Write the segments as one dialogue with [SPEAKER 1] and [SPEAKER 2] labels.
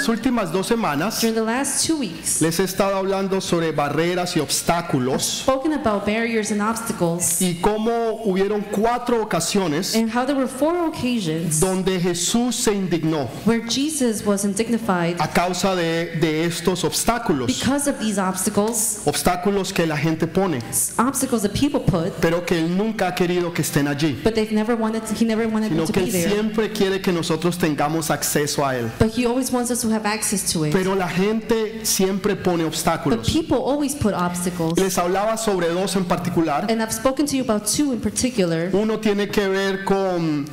[SPEAKER 1] las últimas dos semanas
[SPEAKER 2] During the last two weeks,
[SPEAKER 1] les he estado hablando sobre barreras y obstáculos
[SPEAKER 2] spoken about barriers and obstacles
[SPEAKER 1] y cómo hubieron cuatro ocasiones
[SPEAKER 2] and how there were four occasions
[SPEAKER 1] donde Jesús se indignó
[SPEAKER 2] where Jesus was indignified
[SPEAKER 1] a causa de, de estos obstáculos,
[SPEAKER 2] because of these obstacles,
[SPEAKER 1] obstáculos que la gente pone,
[SPEAKER 2] obstacles that people put,
[SPEAKER 1] pero que Él nunca ha querido que estén allí,
[SPEAKER 2] but they've never wanted. To, he never wanted
[SPEAKER 1] sino
[SPEAKER 2] them to
[SPEAKER 1] que
[SPEAKER 2] be
[SPEAKER 1] Él
[SPEAKER 2] there.
[SPEAKER 1] siempre quiere que nosotros tengamos acceso a Él.
[SPEAKER 2] But he always wants us to have access to it.
[SPEAKER 1] Pero la gente siempre pone
[SPEAKER 2] But
[SPEAKER 1] obstáculos.
[SPEAKER 2] people always put obstacles.
[SPEAKER 1] Les hablaba sobre dos en particular.
[SPEAKER 2] And I've spoken to you about two in particular.
[SPEAKER 1] Uno tiene que ver con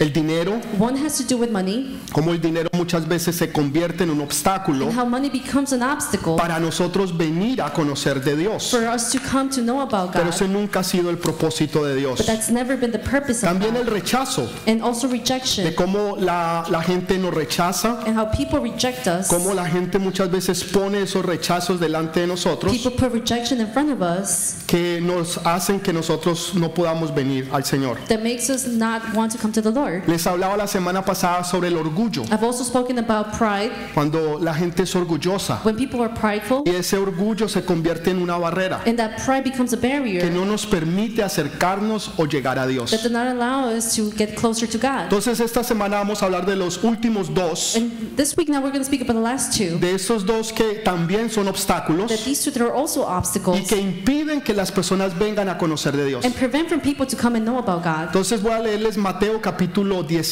[SPEAKER 1] el dinero,
[SPEAKER 2] One has to do with money
[SPEAKER 1] cómo el dinero muchas veces se convierte en un obstáculo
[SPEAKER 2] and how money becomes an obstacle
[SPEAKER 1] para nosotros venir a conocer de Dios.
[SPEAKER 2] for us to come to know about
[SPEAKER 1] Pero
[SPEAKER 2] God.
[SPEAKER 1] ese nunca ha sido el propósito de Dios.
[SPEAKER 2] But that's never been the purpose of
[SPEAKER 1] También el
[SPEAKER 2] God.
[SPEAKER 1] rechazo,
[SPEAKER 2] And also
[SPEAKER 1] de
[SPEAKER 2] rejection
[SPEAKER 1] cómo la, la gente nos rechaza,
[SPEAKER 2] and how people reject us.
[SPEAKER 1] cómo la gente muchas veces pone esos rechazos delante de nosotros
[SPEAKER 2] People put rejection in front of us
[SPEAKER 1] que nos hacen que nosotros no podamos venir al Señor.
[SPEAKER 2] that makes us not want to come to the Lord.
[SPEAKER 1] Les hablaba la semana pasada sobre el orgullo,
[SPEAKER 2] I've also spoken about pride.
[SPEAKER 1] cuando la gente es orgullosa
[SPEAKER 2] When people are prideful
[SPEAKER 1] y ese orgullo se convierte en una barrera
[SPEAKER 2] and that pride becomes a
[SPEAKER 1] que
[SPEAKER 2] barrier
[SPEAKER 1] no nos permite acercarnos o llegar a
[SPEAKER 2] that
[SPEAKER 1] Dios.
[SPEAKER 2] does not allow us to get closer to God.
[SPEAKER 1] Entonces esta semana vamos a hablar de los últimos dos,
[SPEAKER 2] And this week now we're going to speak about the last two.
[SPEAKER 1] de esos dos que también son
[SPEAKER 2] That
[SPEAKER 1] obstáculos
[SPEAKER 2] these two there are also
[SPEAKER 1] y
[SPEAKER 2] obstacles
[SPEAKER 1] que impiden que las personas vengan a conocer de Dios.
[SPEAKER 2] and prevent from people to come and know about God.
[SPEAKER 1] Entonces voy a leerles Mateo capítulo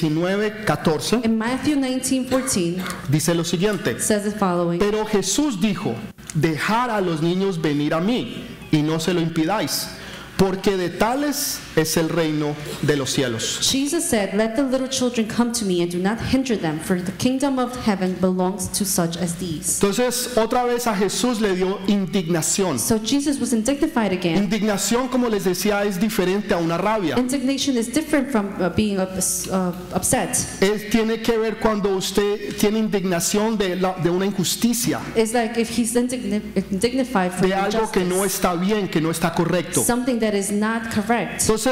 [SPEAKER 1] 19, 14.
[SPEAKER 2] In Matthew 19, 14
[SPEAKER 1] Dice lo siguiente.
[SPEAKER 2] says the following.
[SPEAKER 1] Pero Jesús dijo, dejar a los niños venir a mí y no se lo impidáis, porque de tales es el reino de los cielos.
[SPEAKER 2] Jesus said, Let the little children come to me and do not hinder them, for the kingdom of heaven belongs to such as these.
[SPEAKER 1] Entonces otra vez a Jesús le dio indignación.
[SPEAKER 2] So Jesus was indignified again.
[SPEAKER 1] Indignación, como les decía, es diferente a una rabia.
[SPEAKER 2] Indignation is different from uh, being ups- uh, upset.
[SPEAKER 1] Es- tiene que ver cuando usted tiene indignación de, la- de una injusticia,
[SPEAKER 2] It's like if he's indigni- indignified for
[SPEAKER 1] de algo que no está bien, que no está correcto.
[SPEAKER 2] something that is not correct.
[SPEAKER 1] Entonces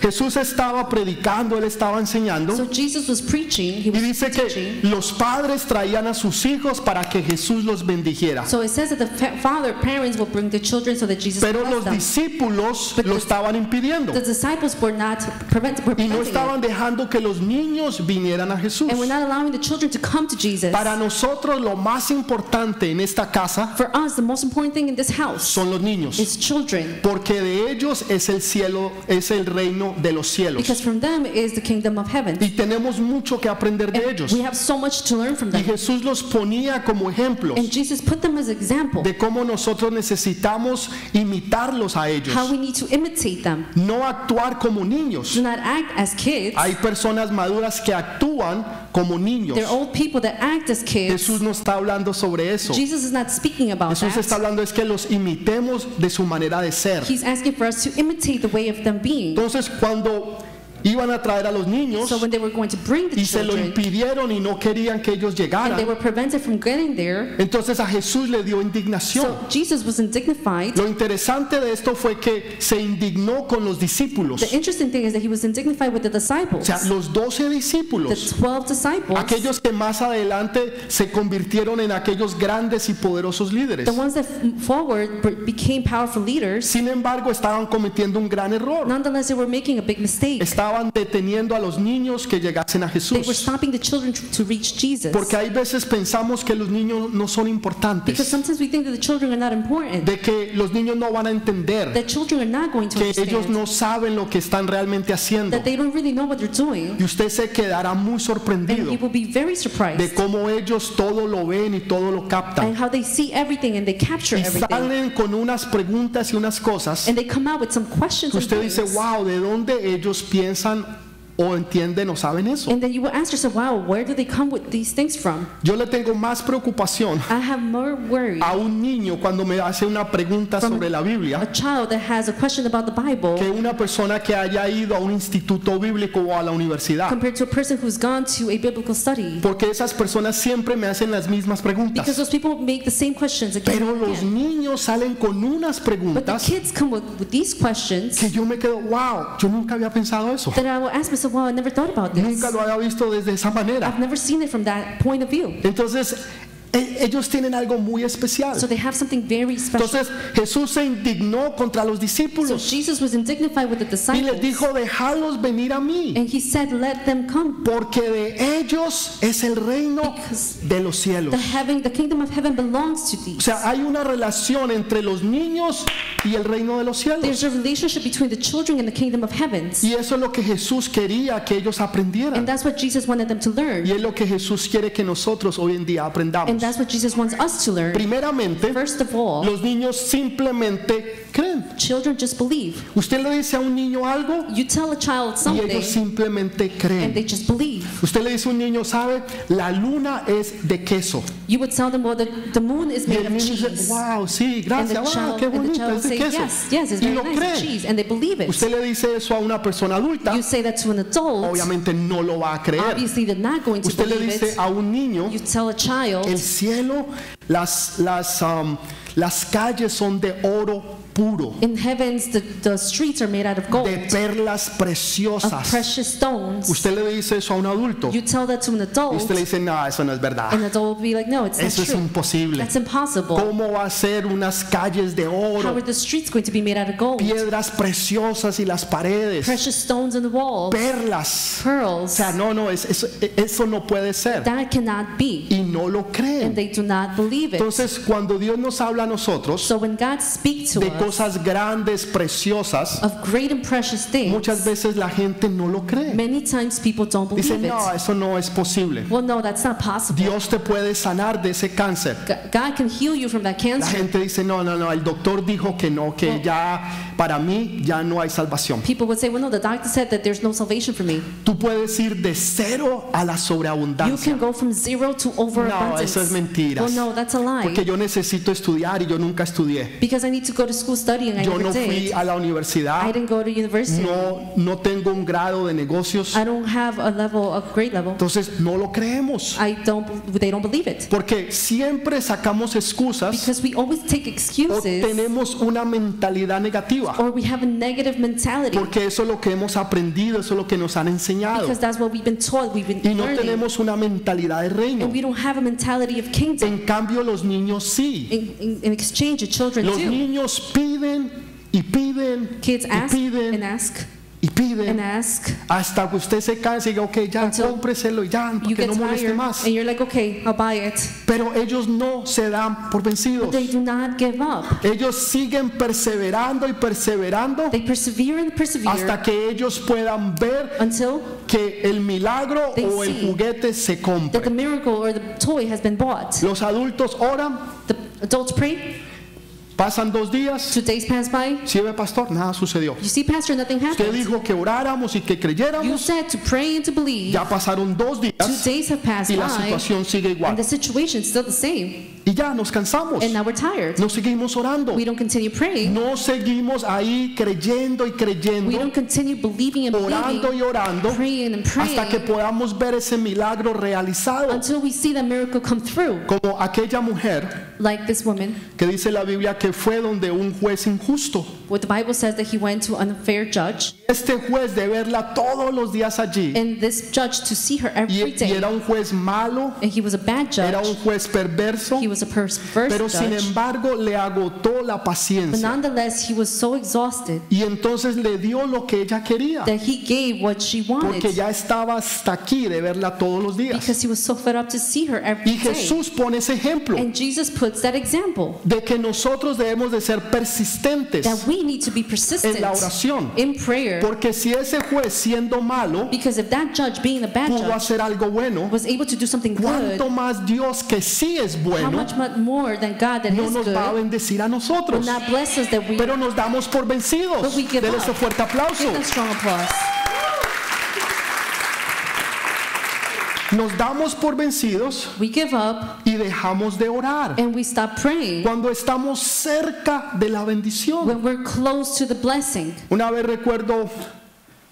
[SPEAKER 1] Jesús estaba predicando, él estaba
[SPEAKER 2] So
[SPEAKER 1] enseñando
[SPEAKER 2] Jesus was preaching, he
[SPEAKER 1] y
[SPEAKER 2] was
[SPEAKER 1] dice
[SPEAKER 2] teaching.
[SPEAKER 1] que los padres traían a sus hijos para que Jesús los bendijera.
[SPEAKER 2] So it says that the fa- father, parents will bring the children so that Jesus
[SPEAKER 1] Pero
[SPEAKER 2] bless
[SPEAKER 1] los
[SPEAKER 2] them.
[SPEAKER 1] discípulos
[SPEAKER 2] But
[SPEAKER 1] lo
[SPEAKER 2] the-
[SPEAKER 1] estaban impidiendo
[SPEAKER 2] The disciples were not prevent, were
[SPEAKER 1] y no
[SPEAKER 2] preventing it.
[SPEAKER 1] estaban dejando que los niños vinieran a Jesús.
[SPEAKER 2] and we're not allowing the children to come to Jesus.
[SPEAKER 1] Para nosotros lo más importante en esta casa
[SPEAKER 2] For us, the most important thing in this house
[SPEAKER 1] son los niños,
[SPEAKER 2] is children,
[SPEAKER 1] porque de ellos es el cielo, es el reino de los cielos
[SPEAKER 2] because from them is the kingdom of heaven.
[SPEAKER 1] y tenemos mucho que aprender de ellos.
[SPEAKER 2] We have so much to learn from
[SPEAKER 1] Y
[SPEAKER 2] them,
[SPEAKER 1] Jesús los ponía como ejemplos
[SPEAKER 2] and Jesus put them as example
[SPEAKER 1] de cómo nosotros necesitamos imitarlos a ellos,
[SPEAKER 2] how we need to imitate them.
[SPEAKER 1] no actuar como niños.
[SPEAKER 2] Do not act as kids.
[SPEAKER 1] Hay personas maduras que actúan como niños.
[SPEAKER 2] They're old people that act as kids.
[SPEAKER 1] Jesús no está hablando sobre eso.
[SPEAKER 2] Jesus is not speaking about
[SPEAKER 1] Jesús está
[SPEAKER 2] that.
[SPEAKER 1] hablando es que los imitemos de su manera de ser.
[SPEAKER 2] He's asking for us to imitate the way of them being.
[SPEAKER 1] Entonces cuando iban a traer a los niños
[SPEAKER 2] So when they were going to bring the
[SPEAKER 1] y se lo
[SPEAKER 2] children,
[SPEAKER 1] impidieron y no querían que ellos
[SPEAKER 2] and they
[SPEAKER 1] llegaran,
[SPEAKER 2] were prevented from getting there,
[SPEAKER 1] entonces a Jesús le dio indignación.
[SPEAKER 2] so Jesus was indignified.
[SPEAKER 1] Lo interesante de esto fue que se indignó con los discípulos.
[SPEAKER 2] The interesting thing is that he was indignified with the
[SPEAKER 1] O
[SPEAKER 2] disciples,
[SPEAKER 1] sea, los doce
[SPEAKER 2] the
[SPEAKER 1] discípulos,
[SPEAKER 2] 12 disciples,
[SPEAKER 1] aquellos que más adelante se convirtieron en aquellos grandes y poderosos líderes.
[SPEAKER 2] the ones that f- forward b- became powerful leaders.
[SPEAKER 1] Sin embargo, estaban cometiendo un gran error.
[SPEAKER 2] Nonetheless, they were making a big mistake.
[SPEAKER 1] estaban deteniendo a los niños que llegasen a
[SPEAKER 2] They were
[SPEAKER 1] Jesús.
[SPEAKER 2] stopping the children tr- to reach Jesus.
[SPEAKER 1] Porque hay veces pensamos que los niños no son
[SPEAKER 2] Because
[SPEAKER 1] importantes,
[SPEAKER 2] sometimes we think that the children are not important,
[SPEAKER 1] de que los niños no van a entender,
[SPEAKER 2] that children are not going to
[SPEAKER 1] que ellos
[SPEAKER 2] understand,
[SPEAKER 1] no saben lo que están realmente haciendo.
[SPEAKER 2] that they don't really know what they're doing,
[SPEAKER 1] Y usted se quedará muy
[SPEAKER 2] and
[SPEAKER 1] sorprendido
[SPEAKER 2] you will be very
[SPEAKER 1] de
[SPEAKER 2] surprised
[SPEAKER 1] cómo ellos todo lo ven y todo lo
[SPEAKER 2] and
[SPEAKER 1] captan.
[SPEAKER 2] how they see everything and they capture
[SPEAKER 1] Y
[SPEAKER 2] everything.
[SPEAKER 1] salen con unas preguntas y unas cosas
[SPEAKER 2] And they come out with some questions
[SPEAKER 1] que
[SPEAKER 2] and
[SPEAKER 1] usted dice,
[SPEAKER 2] things.
[SPEAKER 1] wow, ¿de dónde ellos piensan o entienden o saben eso?
[SPEAKER 2] And then you will ask yourself, wow, where do they come with these things from?
[SPEAKER 1] Yo le tengo más preocupación
[SPEAKER 2] I have more worry.
[SPEAKER 1] a un niño cuando me hace una pregunta sobre la Biblia
[SPEAKER 2] A child that has a question about the Bible
[SPEAKER 1] que una persona que haya ido a un instituto bíblico o a la universidad.
[SPEAKER 2] compared to a person who's gone to a biblical study.
[SPEAKER 1] Porque esas personas siempre me hacen las mismas
[SPEAKER 2] Because
[SPEAKER 1] preguntas.
[SPEAKER 2] those people make the same questions again
[SPEAKER 1] Pero
[SPEAKER 2] and
[SPEAKER 1] los
[SPEAKER 2] again.
[SPEAKER 1] niños salen con unas
[SPEAKER 2] But the
[SPEAKER 1] preguntas
[SPEAKER 2] kids come with, with these questions
[SPEAKER 1] que yo me quedo, wow, yo nunca había pensado eso.
[SPEAKER 2] that I will ask myself, wow, I never thought about
[SPEAKER 1] Nunca
[SPEAKER 2] this.
[SPEAKER 1] lo había visto desde esa manera.
[SPEAKER 2] I've never seen it from that point of view.
[SPEAKER 1] Entonces, E- Ellos tienen algo muy especial.
[SPEAKER 2] So they have something very special.
[SPEAKER 1] Entonces Jesús se indignó contra los
[SPEAKER 2] So
[SPEAKER 1] discípulos
[SPEAKER 2] Jesus was indignified with the
[SPEAKER 1] y les
[SPEAKER 2] disciples.
[SPEAKER 1] dijo, dejadlos venir a mí,
[SPEAKER 2] And he said, Let them come.
[SPEAKER 1] porque de ellos es el reino de los
[SPEAKER 2] The,
[SPEAKER 1] cielos.
[SPEAKER 2] heaven, the kingdom of heaven belongs to
[SPEAKER 1] O
[SPEAKER 2] these.
[SPEAKER 1] sea, hay una relación entre los niños y el reino de los cielos.
[SPEAKER 2] There's a relationship between the children and the kingdom of heavens.
[SPEAKER 1] Y eso es lo que Jesús quería que ellos
[SPEAKER 2] And
[SPEAKER 1] aprendieran.
[SPEAKER 2] that's what Jesus wanted them to
[SPEAKER 1] Y
[SPEAKER 2] learn.
[SPEAKER 1] es lo que Jesús quiere que nosotros hoy en día
[SPEAKER 2] And
[SPEAKER 1] aprendamos.
[SPEAKER 2] that's what Jesus wants us to learn.
[SPEAKER 1] Primeramente,
[SPEAKER 2] First of all,
[SPEAKER 1] los niños simplemente creen.
[SPEAKER 2] children just believe.
[SPEAKER 1] Usted le dice a un niño algo
[SPEAKER 2] You tell a child
[SPEAKER 1] y
[SPEAKER 2] something,
[SPEAKER 1] ellos simplemente creen.
[SPEAKER 2] and they just believe.
[SPEAKER 1] Usted le dice a un niño, sabe, la luna es de queso.
[SPEAKER 2] You would tell them, Well, the, the moon is
[SPEAKER 1] Y el
[SPEAKER 2] made of
[SPEAKER 1] niño dice,
[SPEAKER 2] cheese.
[SPEAKER 1] wow, sí,
[SPEAKER 2] And
[SPEAKER 1] gracias,
[SPEAKER 2] the
[SPEAKER 1] wow,
[SPEAKER 2] child,
[SPEAKER 1] qué
[SPEAKER 2] and the
[SPEAKER 1] bonita,
[SPEAKER 2] child will
[SPEAKER 1] es de
[SPEAKER 2] say,
[SPEAKER 1] queso.
[SPEAKER 2] Yes, yes, it's
[SPEAKER 1] y
[SPEAKER 2] very
[SPEAKER 1] lo
[SPEAKER 2] nice, it's
[SPEAKER 1] cree.
[SPEAKER 2] cheese. And they believe it.
[SPEAKER 1] Usted le dice eso a una persona adulta,
[SPEAKER 2] You say that to an adult,
[SPEAKER 1] obviamente no lo va a creer.
[SPEAKER 2] obviously they're not going to
[SPEAKER 1] Usted le
[SPEAKER 2] believe
[SPEAKER 1] dice
[SPEAKER 2] it.
[SPEAKER 1] a un niño,
[SPEAKER 2] You tell a
[SPEAKER 1] el
[SPEAKER 2] child,
[SPEAKER 1] cielo, las, las, um, las calles son de oro puro,
[SPEAKER 2] in heavens, the, the streets are made out of gold,
[SPEAKER 1] de perlas
[SPEAKER 2] of
[SPEAKER 1] preciosas.
[SPEAKER 2] precious stones.
[SPEAKER 1] Usted le dice eso a un adulto.
[SPEAKER 2] You tell that to an
[SPEAKER 1] Y
[SPEAKER 2] adult,
[SPEAKER 1] usted le dice, no, eso no es
[SPEAKER 2] an
[SPEAKER 1] verdad.
[SPEAKER 2] adult will be like, no, it's
[SPEAKER 1] Eso
[SPEAKER 2] not
[SPEAKER 1] es
[SPEAKER 2] true.
[SPEAKER 1] imposible.
[SPEAKER 2] That's impossible.
[SPEAKER 1] ¿Cómo va a ser unas calles de
[SPEAKER 2] How
[SPEAKER 1] oro,
[SPEAKER 2] are the streets going to be made out of gold?
[SPEAKER 1] piedras preciosas y las paredes,
[SPEAKER 2] Precious stones on the wall,
[SPEAKER 1] perlas? O
[SPEAKER 2] pearls.
[SPEAKER 1] sea, no, no, es- eso, eso no puede ser.
[SPEAKER 2] That cannot be.
[SPEAKER 1] Y no lo
[SPEAKER 2] And
[SPEAKER 1] creen.
[SPEAKER 2] they do not believe it.
[SPEAKER 1] Entonces, cuando Dios nos habla a nosotros
[SPEAKER 2] So when God speaks to
[SPEAKER 1] de
[SPEAKER 2] us
[SPEAKER 1] cosas grandes, preciosas,
[SPEAKER 2] of great and precious
[SPEAKER 1] muchas
[SPEAKER 2] things,
[SPEAKER 1] veces la gente no lo cree.
[SPEAKER 2] many times people don't
[SPEAKER 1] Dice,
[SPEAKER 2] believe it.
[SPEAKER 1] no, eso no es posible.
[SPEAKER 2] Well, no, that's not possible.
[SPEAKER 1] Dios te puede sanar de ese cáncer.
[SPEAKER 2] G- God can heal you from that
[SPEAKER 1] La
[SPEAKER 2] cancer.
[SPEAKER 1] gente dice, no, no, no, el doctor dijo que no, que ya para mí ya no hay salvación.
[SPEAKER 2] People would say, well, no, the doctor said that there's no salvation for me.
[SPEAKER 1] Tú puedes ir de cero a la
[SPEAKER 2] You
[SPEAKER 1] sobreabundancia.
[SPEAKER 2] can go from zero to overabundance.
[SPEAKER 1] eso es mentiras.
[SPEAKER 2] Well, no, that's a
[SPEAKER 1] Porque
[SPEAKER 2] lie.
[SPEAKER 1] yo necesito estudiar y yo nunca estudié.
[SPEAKER 2] Because I need to go to school study and I
[SPEAKER 1] Yo
[SPEAKER 2] never
[SPEAKER 1] no fui
[SPEAKER 2] did.
[SPEAKER 1] a la
[SPEAKER 2] I
[SPEAKER 1] universidad,
[SPEAKER 2] didn't go to university.
[SPEAKER 1] no, no tengo un grado de negocios.
[SPEAKER 2] I don't have a level, a grade level.
[SPEAKER 1] Entonces no lo creemos.
[SPEAKER 2] I don't. They don't believe it
[SPEAKER 1] Porque siempre sacamos excusas
[SPEAKER 2] because we always take
[SPEAKER 1] o
[SPEAKER 2] excuses
[SPEAKER 1] tenemos una mentalidad negativa.
[SPEAKER 2] or we have a negative mentality
[SPEAKER 1] Porque eso es lo que hemos aprendido, eso es lo que nos han enseñado.
[SPEAKER 2] because that's what we've been taught. We've been
[SPEAKER 1] Y no
[SPEAKER 2] learning,
[SPEAKER 1] tenemos una mentalidad de reino.
[SPEAKER 2] and we don't have a mentality of kingdom.
[SPEAKER 1] En cambio los niños sí.
[SPEAKER 2] In, in, in exchange, the children
[SPEAKER 1] Los
[SPEAKER 2] do.
[SPEAKER 1] niños piden y piden
[SPEAKER 2] Kids
[SPEAKER 1] y
[SPEAKER 2] ask and
[SPEAKER 1] piden
[SPEAKER 2] ask
[SPEAKER 1] y
[SPEAKER 2] and
[SPEAKER 1] piden
[SPEAKER 2] ask.
[SPEAKER 1] hasta que usted se canse y diga, ok, ya
[SPEAKER 2] Until
[SPEAKER 1] cómpreselo y ya, para
[SPEAKER 2] You
[SPEAKER 1] que
[SPEAKER 2] get
[SPEAKER 1] no moleste
[SPEAKER 2] tired,
[SPEAKER 1] más.
[SPEAKER 2] and you're like, okay, I'll buy it.
[SPEAKER 1] Pero ellos no se dan por vencidos.
[SPEAKER 2] They do not give up.
[SPEAKER 1] Ellos siguen perseverando y perseverando
[SPEAKER 2] They persevere and persevere
[SPEAKER 1] hasta que ellos puedan ver
[SPEAKER 2] until
[SPEAKER 1] que el milagro
[SPEAKER 2] They
[SPEAKER 1] o el
[SPEAKER 2] see
[SPEAKER 1] juguete se
[SPEAKER 2] that the
[SPEAKER 1] compre.
[SPEAKER 2] miracle or the toy has been bought.
[SPEAKER 1] Los adultos oran,
[SPEAKER 2] The adults pray.
[SPEAKER 1] pasan dos días,
[SPEAKER 2] Two days pass by.
[SPEAKER 1] sirve pastor, nada sucedió.
[SPEAKER 2] You see, Pastor, nothing
[SPEAKER 1] Usted
[SPEAKER 2] happened.
[SPEAKER 1] dijo que oráramos y que
[SPEAKER 2] You
[SPEAKER 1] creyéramos,
[SPEAKER 2] said to pray and to believe.
[SPEAKER 1] ya pasaron dos
[SPEAKER 2] Two
[SPEAKER 1] días
[SPEAKER 2] days have passed
[SPEAKER 1] y la
[SPEAKER 2] by,
[SPEAKER 1] situación sigue
[SPEAKER 2] and the
[SPEAKER 1] igual.
[SPEAKER 2] situation is still the same.
[SPEAKER 1] Y ya nos cansamos,
[SPEAKER 2] And now we're tired.
[SPEAKER 1] no seguimos orando.
[SPEAKER 2] We don't continue praying.
[SPEAKER 1] No seguimos ahí creyendo y
[SPEAKER 2] We
[SPEAKER 1] creyendo,
[SPEAKER 2] don't continue believing and
[SPEAKER 1] orando
[SPEAKER 2] believing,
[SPEAKER 1] y orando,
[SPEAKER 2] praying and
[SPEAKER 1] hasta que
[SPEAKER 2] praying
[SPEAKER 1] podamos ver ese milagro realizado.
[SPEAKER 2] until we see that miracle come through,
[SPEAKER 1] Como aquella mujer
[SPEAKER 2] like this woman,
[SPEAKER 1] que dice la Biblia que fue donde un juez injusto.
[SPEAKER 2] what the Bible says that he went to an unfair judge,
[SPEAKER 1] Este juez de verla todos los días allí,
[SPEAKER 2] and this judge to see her
[SPEAKER 1] y,
[SPEAKER 2] every
[SPEAKER 1] y era
[SPEAKER 2] day,
[SPEAKER 1] un juez malo,
[SPEAKER 2] and he was a bad
[SPEAKER 1] era un
[SPEAKER 2] judge.
[SPEAKER 1] juez perverso,
[SPEAKER 2] He was a
[SPEAKER 1] pero
[SPEAKER 2] perverse
[SPEAKER 1] sin
[SPEAKER 2] judge,
[SPEAKER 1] embargo le agotó la
[SPEAKER 2] but
[SPEAKER 1] paciencia.
[SPEAKER 2] nonetheless, he was so exhausted
[SPEAKER 1] Y entonces le dio lo que ella quería,
[SPEAKER 2] that he gave what she
[SPEAKER 1] porque
[SPEAKER 2] wanted
[SPEAKER 1] ya estaba hasta aquí de verla todos los días.
[SPEAKER 2] because he was so fed up to see her every
[SPEAKER 1] Y
[SPEAKER 2] day.
[SPEAKER 1] Jesús pone ese ejemplo
[SPEAKER 2] And Jesus puts that example.
[SPEAKER 1] de que nosotros debemos de ser
[SPEAKER 2] that
[SPEAKER 1] persistentes
[SPEAKER 2] we need to be
[SPEAKER 1] en
[SPEAKER 2] persistent
[SPEAKER 1] la oración.
[SPEAKER 2] in prayer
[SPEAKER 1] Porque si ese juez siendo malo
[SPEAKER 2] because if that judge being a bad
[SPEAKER 1] pudo
[SPEAKER 2] judge
[SPEAKER 1] hacer algo bueno,
[SPEAKER 2] was able to do something good
[SPEAKER 1] ¿cuánto más Dios que sí es
[SPEAKER 2] how
[SPEAKER 1] bueno
[SPEAKER 2] much mu- more than God that
[SPEAKER 1] no
[SPEAKER 2] is
[SPEAKER 1] nos va a
[SPEAKER 2] good
[SPEAKER 1] bendecir a
[SPEAKER 2] will
[SPEAKER 1] nosotros?
[SPEAKER 2] not bless us that we
[SPEAKER 1] Pero nos damos por vencidos.
[SPEAKER 2] But we give
[SPEAKER 1] Denle
[SPEAKER 2] up.
[SPEAKER 1] ese fuerte aplauso.
[SPEAKER 2] give them strong applause
[SPEAKER 1] Nos damos por vencidos
[SPEAKER 2] we give up
[SPEAKER 1] y dejamos de orar.
[SPEAKER 2] and we stop praying
[SPEAKER 1] Cuando estamos cerca de la bendición.
[SPEAKER 2] when we're close to the blessing
[SPEAKER 1] Una vez recuerdo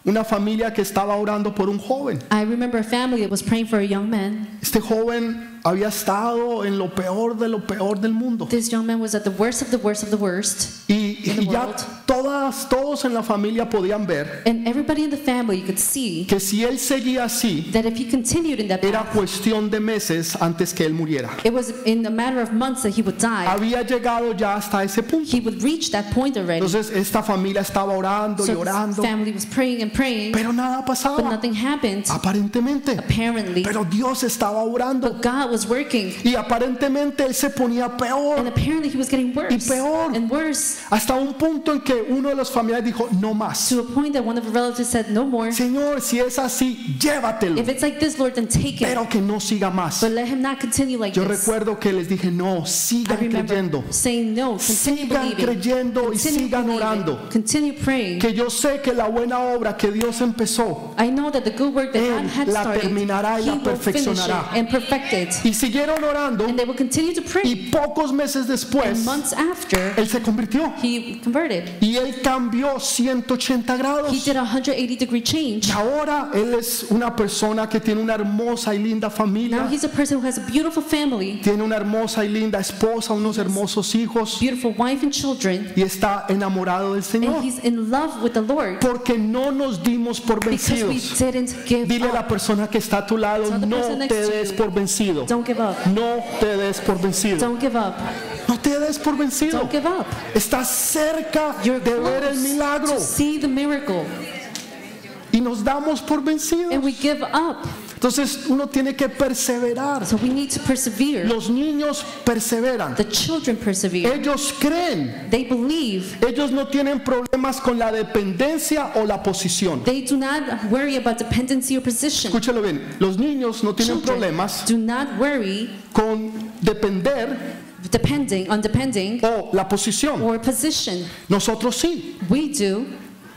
[SPEAKER 1] una familia que estaba orando por un joven.
[SPEAKER 2] I remember a family that was praying for a young man
[SPEAKER 1] Este joven había estado en lo peor de lo peor del mundo.
[SPEAKER 2] This young man was at the worst of the worst of the worst,
[SPEAKER 1] Y,
[SPEAKER 2] In the
[SPEAKER 1] y ya
[SPEAKER 2] world.
[SPEAKER 1] todas, todos en la familia podían ver
[SPEAKER 2] and everybody in the family could see
[SPEAKER 1] que si él seguía así,
[SPEAKER 2] that if he continued in that
[SPEAKER 1] era
[SPEAKER 2] path,
[SPEAKER 1] cuestión de meses antes que él muriera.
[SPEAKER 2] it was in a matter of months that he would die.
[SPEAKER 1] Había llegado ya hasta ese punto.
[SPEAKER 2] He would reach that point already.
[SPEAKER 1] Entonces esta familia estaba orando y
[SPEAKER 2] So his
[SPEAKER 1] orando,
[SPEAKER 2] family was praying and praying,
[SPEAKER 1] pero nada
[SPEAKER 2] but
[SPEAKER 1] pasaba,
[SPEAKER 2] nothing happened.
[SPEAKER 1] aparentemente.
[SPEAKER 2] Apparently,
[SPEAKER 1] Pero Dios estaba orando
[SPEAKER 2] but God was working,
[SPEAKER 1] y aparentemente él se ponía
[SPEAKER 2] and
[SPEAKER 1] peor
[SPEAKER 2] apparently he was getting worse
[SPEAKER 1] peor.
[SPEAKER 2] and worse
[SPEAKER 1] hasta un punto en que uno de los familiares dijo, no más.
[SPEAKER 2] to a point that one of the relatives said, "No more.
[SPEAKER 1] Señor, si es así, llévatelo,
[SPEAKER 2] If it's like this, Lord, then take it,
[SPEAKER 1] pero que no siga más.
[SPEAKER 2] but let him not continue like
[SPEAKER 1] Yo
[SPEAKER 2] this."
[SPEAKER 1] recuerdo que les dije, no,
[SPEAKER 2] I
[SPEAKER 1] sigan
[SPEAKER 2] remember
[SPEAKER 1] creyendo,
[SPEAKER 2] saying no, continue
[SPEAKER 1] sigan
[SPEAKER 2] believing,
[SPEAKER 1] creyendo y
[SPEAKER 2] continue
[SPEAKER 1] sigan
[SPEAKER 2] believing,
[SPEAKER 1] orando.
[SPEAKER 2] continue praying.
[SPEAKER 1] Que yo sé que la buena obra que Dios empezó,
[SPEAKER 2] I know that the good work that
[SPEAKER 1] Él
[SPEAKER 2] God had
[SPEAKER 1] la
[SPEAKER 2] started,
[SPEAKER 1] terminará y
[SPEAKER 2] He
[SPEAKER 1] la
[SPEAKER 2] will finish it
[SPEAKER 1] perfeccionará.
[SPEAKER 2] and perfect it,
[SPEAKER 1] y siguieron orando
[SPEAKER 2] and they will continue to pray.
[SPEAKER 1] y pocos meses después,
[SPEAKER 2] and months after,
[SPEAKER 1] él se convirtió
[SPEAKER 2] he converted.
[SPEAKER 1] y él cambió 180
[SPEAKER 2] He
[SPEAKER 1] grados.
[SPEAKER 2] did a 180 degree change.
[SPEAKER 1] Y ahora él es una persona que tiene una hermosa y linda
[SPEAKER 2] Now
[SPEAKER 1] familia,
[SPEAKER 2] he's a person who has a beautiful family,
[SPEAKER 1] tiene una hermosa y linda esposa, unos hermosos hijos
[SPEAKER 2] beautiful wife and children,
[SPEAKER 1] y está enamorado del
[SPEAKER 2] and
[SPEAKER 1] Señor.
[SPEAKER 2] he's in love with the Lord
[SPEAKER 1] Porque no nos dimos por
[SPEAKER 2] because we
[SPEAKER 1] vencidos.
[SPEAKER 2] didn't give
[SPEAKER 1] Dile a
[SPEAKER 2] up.
[SPEAKER 1] la persona que está a tu lado,
[SPEAKER 2] Tell the
[SPEAKER 1] no
[SPEAKER 2] person next
[SPEAKER 1] te
[SPEAKER 2] to
[SPEAKER 1] des
[SPEAKER 2] you,
[SPEAKER 1] por vencido.
[SPEAKER 2] Don't give up.
[SPEAKER 1] No te des por vencido.
[SPEAKER 2] Don't give up.
[SPEAKER 1] No te des por vencido.
[SPEAKER 2] Don't give up.
[SPEAKER 1] Estás cerca
[SPEAKER 2] You're
[SPEAKER 1] de ver el
[SPEAKER 2] close
[SPEAKER 1] milagro
[SPEAKER 2] to see the miracle,
[SPEAKER 1] y nos damos por vencidos.
[SPEAKER 2] and we give up.
[SPEAKER 1] Entonces uno tiene que perseverar.
[SPEAKER 2] So we need to persevere.
[SPEAKER 1] Los niños perseveran.
[SPEAKER 2] The children persevere.
[SPEAKER 1] Ellos creen.
[SPEAKER 2] They believe.
[SPEAKER 1] Ellos no tienen problemas con la dependencia o la posición.
[SPEAKER 2] They do not worry about dependency or position.
[SPEAKER 1] Escúchalo bien. Los niños no tienen
[SPEAKER 2] Children
[SPEAKER 1] problemas
[SPEAKER 2] do not worry
[SPEAKER 1] con depender
[SPEAKER 2] depending on depending
[SPEAKER 1] o la posición.
[SPEAKER 2] or position.
[SPEAKER 1] Nosotros sí.
[SPEAKER 2] We do.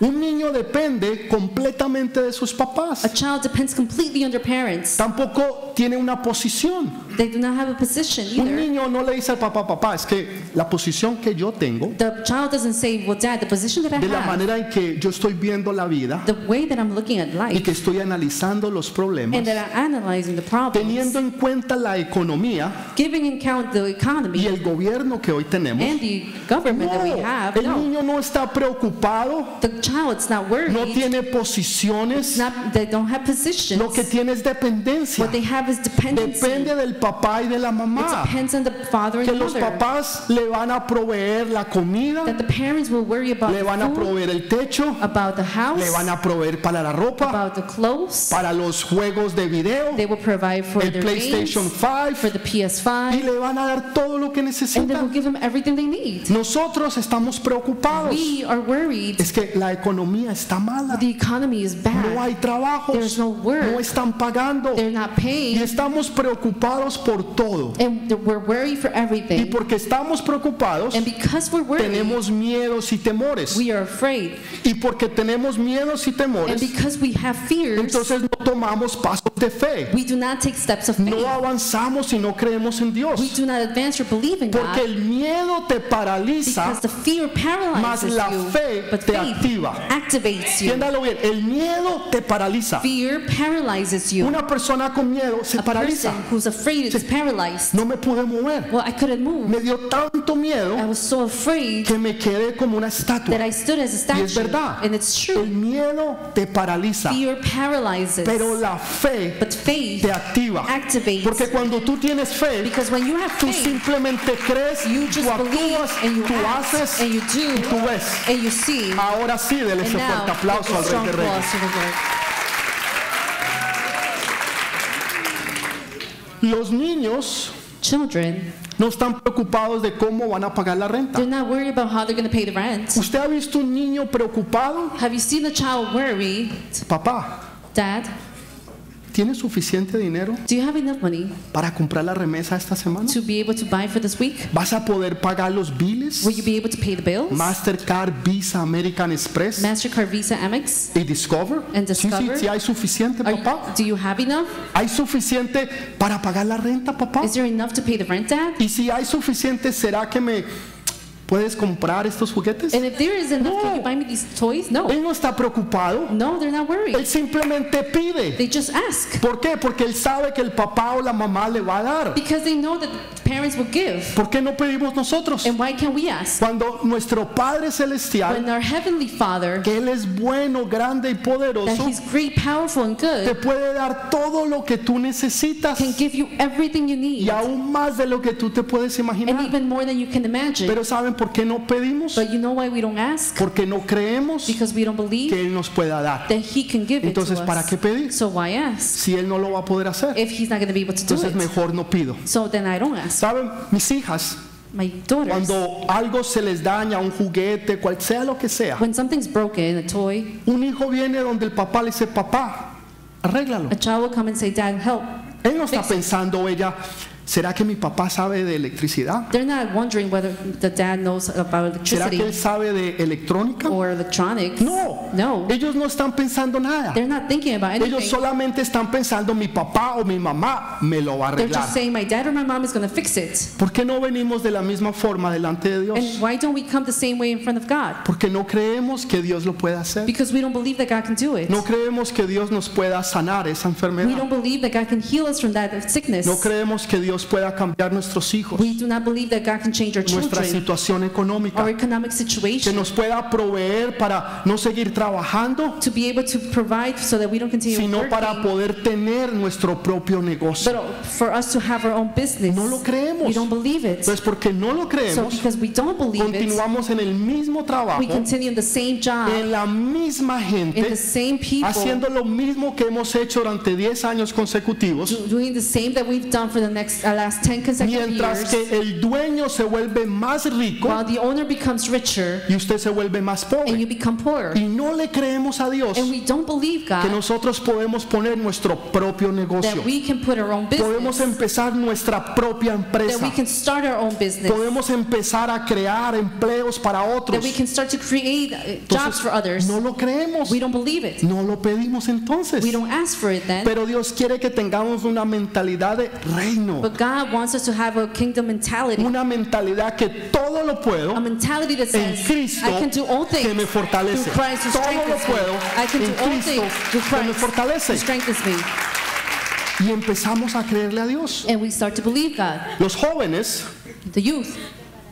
[SPEAKER 1] Un niño depende completamente de sus
[SPEAKER 2] A
[SPEAKER 1] papás.
[SPEAKER 2] child depends completely on their parents.
[SPEAKER 1] Tampoco tiene una posición.
[SPEAKER 2] They do not have a position
[SPEAKER 1] Un
[SPEAKER 2] either.
[SPEAKER 1] niño no le dice al papá, papá, es que la posición que yo tengo,
[SPEAKER 2] The child doesn't say, "Well, Dad, the position that I
[SPEAKER 1] de la
[SPEAKER 2] have,
[SPEAKER 1] manera en que yo estoy viendo la vida
[SPEAKER 2] the way that I'm looking at
[SPEAKER 1] y
[SPEAKER 2] life,
[SPEAKER 1] que estoy analizando los problemas,
[SPEAKER 2] and that I'm analyzing the problems,
[SPEAKER 1] teniendo en cuenta la economía
[SPEAKER 2] giving in count the
[SPEAKER 1] y
[SPEAKER 2] economy
[SPEAKER 1] el gobierno que hoy tenemos,
[SPEAKER 2] and the government that we have."
[SPEAKER 1] el
[SPEAKER 2] No,
[SPEAKER 1] niño no está preocupado,
[SPEAKER 2] the child's not
[SPEAKER 1] no
[SPEAKER 2] worried.
[SPEAKER 1] tiene posiciones,
[SPEAKER 2] Not, they don't have positions.
[SPEAKER 1] lo que tiene es dependencia.
[SPEAKER 2] What they have is dependency.
[SPEAKER 1] Depende del papá y de la
[SPEAKER 2] It
[SPEAKER 1] mamá.
[SPEAKER 2] depends on the father and
[SPEAKER 1] Que
[SPEAKER 2] the
[SPEAKER 1] los
[SPEAKER 2] mother.
[SPEAKER 1] papás le van a proveer la comida,
[SPEAKER 2] that the parents will worry about
[SPEAKER 1] le van a
[SPEAKER 2] the food,
[SPEAKER 1] proveer el techo,
[SPEAKER 2] about the house,
[SPEAKER 1] le van a proveer para la ropa,
[SPEAKER 2] about the clothes.
[SPEAKER 1] para los juegos de video,
[SPEAKER 2] They will provide for
[SPEAKER 1] el
[SPEAKER 2] their
[SPEAKER 1] PlayStation
[SPEAKER 2] games, for
[SPEAKER 1] 5
[SPEAKER 2] the
[SPEAKER 1] y
[SPEAKER 2] PS5,
[SPEAKER 1] le van a dar todo lo que
[SPEAKER 2] and they will
[SPEAKER 1] necesitan.
[SPEAKER 2] give them everything they need.
[SPEAKER 1] Nosotros estamos preocupados.
[SPEAKER 2] We are worried.
[SPEAKER 1] Es que la economía está mala.
[SPEAKER 2] The economy is
[SPEAKER 1] No
[SPEAKER 2] bad.
[SPEAKER 1] hay trabajos,
[SPEAKER 2] There's no work.
[SPEAKER 1] no están pagando
[SPEAKER 2] They're not
[SPEAKER 1] y
[SPEAKER 2] paid,
[SPEAKER 1] estamos preocupados por todo.
[SPEAKER 2] and th- we're worried for
[SPEAKER 1] Y
[SPEAKER 2] everything.
[SPEAKER 1] porque estamos preocupados,
[SPEAKER 2] And because we're worried,
[SPEAKER 1] tenemos miedos y temores.
[SPEAKER 2] we are afraid.
[SPEAKER 1] Y porque tenemos miedos y
[SPEAKER 2] And
[SPEAKER 1] temores,
[SPEAKER 2] because we have fears,
[SPEAKER 1] entonces no tomamos pasos de fe.
[SPEAKER 2] we do not take steps of
[SPEAKER 1] No
[SPEAKER 2] faith.
[SPEAKER 1] avanzamos y no creemos en
[SPEAKER 2] We
[SPEAKER 1] Dios.
[SPEAKER 2] do not advance or believe in
[SPEAKER 1] Porque
[SPEAKER 2] God
[SPEAKER 1] el miedo te paraliza.
[SPEAKER 2] because the fear
[SPEAKER 1] mas
[SPEAKER 2] paralyzes
[SPEAKER 1] la
[SPEAKER 2] you.
[SPEAKER 1] fe
[SPEAKER 2] But
[SPEAKER 1] te
[SPEAKER 2] faith
[SPEAKER 1] activa.
[SPEAKER 2] activates you.
[SPEAKER 1] Entiéndalo bien, el miedo te paraliza.
[SPEAKER 2] Fear paralyzes you.
[SPEAKER 1] Una persona con miedo se
[SPEAKER 2] A person
[SPEAKER 1] paraliza.
[SPEAKER 2] who's afraid is paralyzed.
[SPEAKER 1] No me pude mover.
[SPEAKER 2] Well, I couldn't move.
[SPEAKER 1] Me dio tanto
[SPEAKER 2] I
[SPEAKER 1] miedo
[SPEAKER 2] was so afraid
[SPEAKER 1] que me quedé como una estatua.
[SPEAKER 2] that I stood as a
[SPEAKER 1] Y es
[SPEAKER 2] statue.
[SPEAKER 1] verdad.
[SPEAKER 2] And it's
[SPEAKER 1] El
[SPEAKER 2] true.
[SPEAKER 1] miedo te paraliza,
[SPEAKER 2] Fear paralyzes.
[SPEAKER 1] pero la fe
[SPEAKER 2] But faith
[SPEAKER 1] te activa. Porque
[SPEAKER 2] activates.
[SPEAKER 1] cuando tú tienes fe,
[SPEAKER 2] Because when you have
[SPEAKER 1] tú
[SPEAKER 2] faith,
[SPEAKER 1] simplemente crees,
[SPEAKER 2] you
[SPEAKER 1] tú
[SPEAKER 2] just
[SPEAKER 1] actúas,
[SPEAKER 2] believe and you
[SPEAKER 1] tú
[SPEAKER 2] act
[SPEAKER 1] haces
[SPEAKER 2] and you do
[SPEAKER 1] y tú ves.
[SPEAKER 2] and you see.
[SPEAKER 1] Ahora sí, dele
[SPEAKER 2] And
[SPEAKER 1] ese
[SPEAKER 2] now,
[SPEAKER 1] fuerte
[SPEAKER 2] give
[SPEAKER 1] aplauso
[SPEAKER 2] a
[SPEAKER 1] al Rey
[SPEAKER 2] strong
[SPEAKER 1] de Reyes.
[SPEAKER 2] applause to the Lord.
[SPEAKER 1] Los niños
[SPEAKER 2] Children,
[SPEAKER 1] no están preocupados de cómo van a pagar la renta.
[SPEAKER 2] they're not worried about how they're going to pay the rent.
[SPEAKER 1] ¿Usted ha visto un niño preocupado?
[SPEAKER 2] Have you seen a child worried?
[SPEAKER 1] Papá,
[SPEAKER 2] Dad,
[SPEAKER 1] ¿tiene suficiente dinero
[SPEAKER 2] do you have enough money
[SPEAKER 1] para comprar la remesa esta semana?
[SPEAKER 2] to be able to buy for this week?
[SPEAKER 1] ¿Vas a poder pagar los biles?
[SPEAKER 2] Will you be able to pay the bills?
[SPEAKER 1] Mastercard, Visa, American Express
[SPEAKER 2] MasterCard, Visa, Amex?
[SPEAKER 1] y Discover.
[SPEAKER 2] And
[SPEAKER 1] Sí, sí,
[SPEAKER 2] Discover.
[SPEAKER 1] sí, hay suficiente,
[SPEAKER 2] Are
[SPEAKER 1] papá.
[SPEAKER 2] you, do you have enough?
[SPEAKER 1] Hay suficiente para pagar la renta, papá.
[SPEAKER 2] Is there enough to pay the rent, Dad?
[SPEAKER 1] Y si hay suficiente, ¿será que me ¿Puedes comprar estos juguetes?
[SPEAKER 2] And if there is enough, can you buy me these toys? No.
[SPEAKER 1] Él no está preocupado.
[SPEAKER 2] No, they're not
[SPEAKER 1] Él
[SPEAKER 2] worried.
[SPEAKER 1] simplemente pide.
[SPEAKER 2] They just ask
[SPEAKER 1] ¿Por qué? Porque él sabe que el papá o la mamá le va a dar.
[SPEAKER 2] because they know that parents will give.
[SPEAKER 1] ¿Por qué no pedimos nosotros?
[SPEAKER 2] And why can't we ask?
[SPEAKER 1] Cuando nuestro Padre Celestial,
[SPEAKER 2] When our Heavenly Father,
[SPEAKER 1] que Él es bueno, grande y
[SPEAKER 2] that
[SPEAKER 1] poderoso,
[SPEAKER 2] He's great, powerful, and
[SPEAKER 1] te
[SPEAKER 2] good,
[SPEAKER 1] puede dar todo lo que tú necesitas
[SPEAKER 2] can give you everything you
[SPEAKER 1] y
[SPEAKER 2] need
[SPEAKER 1] aún más de lo que tú te puedes
[SPEAKER 2] and
[SPEAKER 1] imaginar.
[SPEAKER 2] even more than you can imagine.
[SPEAKER 1] Pero ¿saben por qué no pedimos?
[SPEAKER 2] But you know why we don't ask?
[SPEAKER 1] Porque no creemos
[SPEAKER 2] Because we don't
[SPEAKER 1] que
[SPEAKER 2] believe
[SPEAKER 1] Él nos pueda dar.
[SPEAKER 2] that He can give it to
[SPEAKER 1] Entonces, ¿para qué
[SPEAKER 2] us.
[SPEAKER 1] pedir?
[SPEAKER 2] So why ask
[SPEAKER 1] Si Él no lo va a poder hacer,
[SPEAKER 2] if He's not going to be able to do
[SPEAKER 1] entonces
[SPEAKER 2] it?
[SPEAKER 1] mejor no pido.
[SPEAKER 2] So then I don't ask.
[SPEAKER 1] ¿Saben? Mis hijas,
[SPEAKER 2] My daughters,
[SPEAKER 1] cuando algo se les daña, un juguete, cual sea lo que sea,
[SPEAKER 2] when something's broken, a toy,
[SPEAKER 1] un hijo viene donde el papá le dice, papá, arréglalo.
[SPEAKER 2] a child will come and say, Dad, help.
[SPEAKER 1] Él no está pensando, ella, ¿será que mi papá sabe de electricidad?
[SPEAKER 2] They're not wondering whether the dad knows about
[SPEAKER 1] ¿Será que él
[SPEAKER 2] electricity
[SPEAKER 1] sabe de electrónica?
[SPEAKER 2] or electronics.
[SPEAKER 1] No,
[SPEAKER 2] No.
[SPEAKER 1] ellos no están pensando nada.
[SPEAKER 2] They're not thinking about
[SPEAKER 1] Ellos
[SPEAKER 2] anything.
[SPEAKER 1] solamente están pensando, mi papá o mi mamá me lo va a
[SPEAKER 2] They're
[SPEAKER 1] arreglar.
[SPEAKER 2] just saying, my dad or my mom is going to fix it.
[SPEAKER 1] ¿Por qué no venimos de la misma forma delante de Dios?
[SPEAKER 2] And why don't we come the same way in front of God?
[SPEAKER 1] Porque no creemos que Dios lo pueda hacer.
[SPEAKER 2] Because we don't believe that God can do it.
[SPEAKER 1] No creemos que Dios nos pueda sanar esa
[SPEAKER 2] We
[SPEAKER 1] enfermedad.
[SPEAKER 2] don't believe that God can heal us from that sickness.
[SPEAKER 1] No creemos que Dios pueda cambiar nuestros hijos,
[SPEAKER 2] We do not believe that God can change our
[SPEAKER 1] nuestra
[SPEAKER 2] children,
[SPEAKER 1] situación económica,
[SPEAKER 2] our economic
[SPEAKER 1] que
[SPEAKER 2] situation,
[SPEAKER 1] nos pueda proveer para no seguir trabajando,
[SPEAKER 2] to be able to provide so that we don't continue
[SPEAKER 1] sino para
[SPEAKER 2] working,
[SPEAKER 1] poder tener nuestro propio negocio.
[SPEAKER 2] but for us to have our own business.
[SPEAKER 1] No lo creemos.
[SPEAKER 2] We don't believe it.
[SPEAKER 1] Entonces, porque no lo
[SPEAKER 2] So
[SPEAKER 1] creemos,
[SPEAKER 2] because we don't believe it,
[SPEAKER 1] continuamos en el mismo trabajo,
[SPEAKER 2] we continue in the same job,
[SPEAKER 1] en la misma
[SPEAKER 2] in the
[SPEAKER 1] gente,
[SPEAKER 2] same people,
[SPEAKER 1] haciendo lo mismo que hemos hecho durante 10 años consecutivos,
[SPEAKER 2] do- doing the same that we've done for the next uh, last 10 consecutive
[SPEAKER 1] mientras
[SPEAKER 2] years,
[SPEAKER 1] que el dueño se vuelve más rico
[SPEAKER 2] while the owner becomes richer
[SPEAKER 1] y usted se vuelve más
[SPEAKER 2] and
[SPEAKER 1] pobre.
[SPEAKER 2] you become poorer.
[SPEAKER 1] Y no le creemos a Dios
[SPEAKER 2] And we don't believe
[SPEAKER 1] que
[SPEAKER 2] God
[SPEAKER 1] nosotros podemos poner nuestro propio negocio,
[SPEAKER 2] that we can put our own
[SPEAKER 1] podemos
[SPEAKER 2] business,
[SPEAKER 1] empezar nuestra propia
[SPEAKER 2] that we
[SPEAKER 1] empresa,
[SPEAKER 2] can start our own business.
[SPEAKER 1] podemos empezar a crear empleos para
[SPEAKER 2] that
[SPEAKER 1] otros.
[SPEAKER 2] we can start to create uh, jobs for
[SPEAKER 1] Entonces,
[SPEAKER 2] others.
[SPEAKER 1] no lo creemos.
[SPEAKER 2] We don't believe it.
[SPEAKER 1] No lo pedimos entonces.
[SPEAKER 2] We don't ask for it then.
[SPEAKER 1] Pero Dios quiere que tengamos una mentalidad de reino.
[SPEAKER 2] But God wants us to have a kingdom mentality,
[SPEAKER 1] Una mentalidad que todo lo puedo
[SPEAKER 2] a mentality that
[SPEAKER 1] en
[SPEAKER 2] says,
[SPEAKER 1] Cristo
[SPEAKER 2] I can do all
[SPEAKER 1] que me
[SPEAKER 2] things
[SPEAKER 1] fortalece.
[SPEAKER 2] through Christ who
[SPEAKER 1] Todo lo
[SPEAKER 2] strengthens me.
[SPEAKER 1] puedo
[SPEAKER 2] I can
[SPEAKER 1] en
[SPEAKER 2] do all
[SPEAKER 1] Cristo
[SPEAKER 2] things through
[SPEAKER 1] que me
[SPEAKER 2] Christ who
[SPEAKER 1] fortalece.
[SPEAKER 2] strengthens me.
[SPEAKER 1] Y empezamos a creerle a Dios.
[SPEAKER 2] And we start to believe God.
[SPEAKER 1] Los jóvenes,
[SPEAKER 2] The youth,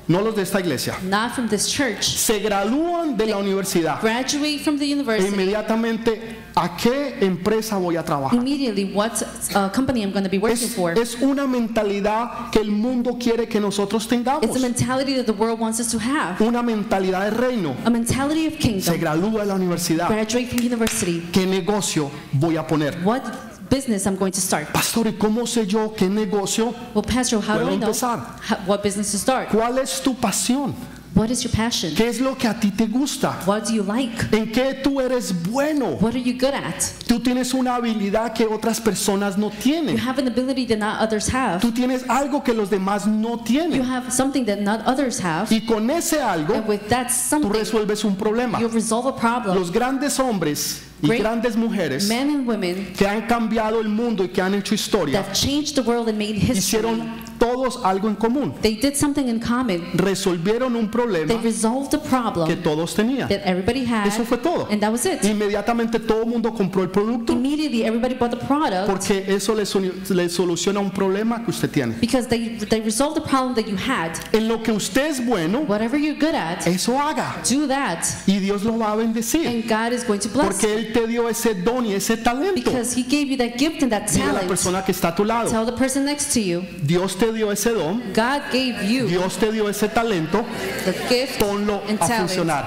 [SPEAKER 1] no los de esta iglesia,
[SPEAKER 2] not from this church,
[SPEAKER 1] se gradúan de la universidad
[SPEAKER 2] graduate from the
[SPEAKER 1] e
[SPEAKER 2] university.
[SPEAKER 1] inmediatamente a qué empresa voy a trabajar.
[SPEAKER 2] Immediately, what uh, company I'm going to be working
[SPEAKER 1] Es,
[SPEAKER 2] for?
[SPEAKER 1] es una mentalidad que el mundo quiere que nosotros
[SPEAKER 2] It's a
[SPEAKER 1] tengamos.
[SPEAKER 2] mentality that the world wants us to have.
[SPEAKER 1] Una mentalidad de reino.
[SPEAKER 2] A mentality of
[SPEAKER 1] se
[SPEAKER 2] kingdom.
[SPEAKER 1] gradúa de la universidad,
[SPEAKER 2] Graduate from university.
[SPEAKER 1] ¿qué negocio voy a poner?
[SPEAKER 2] what business I'm going to start.
[SPEAKER 1] Pastor, ¿y cómo sé yo qué negocio?
[SPEAKER 2] Well, Pastor, how do
[SPEAKER 1] Puedo
[SPEAKER 2] I know
[SPEAKER 1] empezar.
[SPEAKER 2] how- what business to start?
[SPEAKER 1] ¿Cuál es tu pasión?
[SPEAKER 2] What is your passion?
[SPEAKER 1] ¿Qué es lo que a ti te gusta?
[SPEAKER 2] What do you like?
[SPEAKER 1] ¿En qué tú eres bueno?
[SPEAKER 2] What are you good at?
[SPEAKER 1] Tú tienes una habilidad que otras personas no
[SPEAKER 2] You
[SPEAKER 1] tienen.
[SPEAKER 2] have an ability that not others have.
[SPEAKER 1] Tú tienes algo que los demás no
[SPEAKER 2] You
[SPEAKER 1] tienen.
[SPEAKER 2] have something that not others have.
[SPEAKER 1] Y con ese algo,
[SPEAKER 2] And with that
[SPEAKER 1] tú
[SPEAKER 2] something,
[SPEAKER 1] resuelves un problema.
[SPEAKER 2] you resolve a problem.
[SPEAKER 1] Los grandes hombres y
[SPEAKER 2] Great
[SPEAKER 1] grandes mujeres
[SPEAKER 2] Men and women
[SPEAKER 1] que han cambiado el mundo y que han hecho historia,
[SPEAKER 2] that changed the world and made history.
[SPEAKER 1] hicieron todos algo en común.
[SPEAKER 2] They did something in common.
[SPEAKER 1] resolvieron un
[SPEAKER 2] They
[SPEAKER 1] problema
[SPEAKER 2] resolved a
[SPEAKER 1] que
[SPEAKER 2] problem
[SPEAKER 1] todos tenían.
[SPEAKER 2] that everybody had.
[SPEAKER 1] Eso fue todo.
[SPEAKER 2] And that was it.
[SPEAKER 1] Inmediatamente todo el mundo compró el producto
[SPEAKER 2] Immediately, everybody bought the product
[SPEAKER 1] porque eso le, solu- le soluciona un problema que usted tiene.
[SPEAKER 2] because they, they resolved the problem that you had.
[SPEAKER 1] En lo que usted es bueno,
[SPEAKER 2] Whatever you're good at,
[SPEAKER 1] eso haga
[SPEAKER 2] do that.
[SPEAKER 1] y Dios lo va a bendecir
[SPEAKER 2] And God is going to bless you
[SPEAKER 1] porque Él te dio ese don y ese talento.
[SPEAKER 2] because He gave you that gift and that
[SPEAKER 1] Dile a la
[SPEAKER 2] talent.
[SPEAKER 1] persona que está a tu lado,
[SPEAKER 2] Tell the person next to you,
[SPEAKER 1] Dios te dio ese don,
[SPEAKER 2] God gave you
[SPEAKER 1] Dios te dio ese talento,
[SPEAKER 2] the gift
[SPEAKER 1] ponlo
[SPEAKER 2] and
[SPEAKER 1] a
[SPEAKER 2] talent.
[SPEAKER 1] funcionar.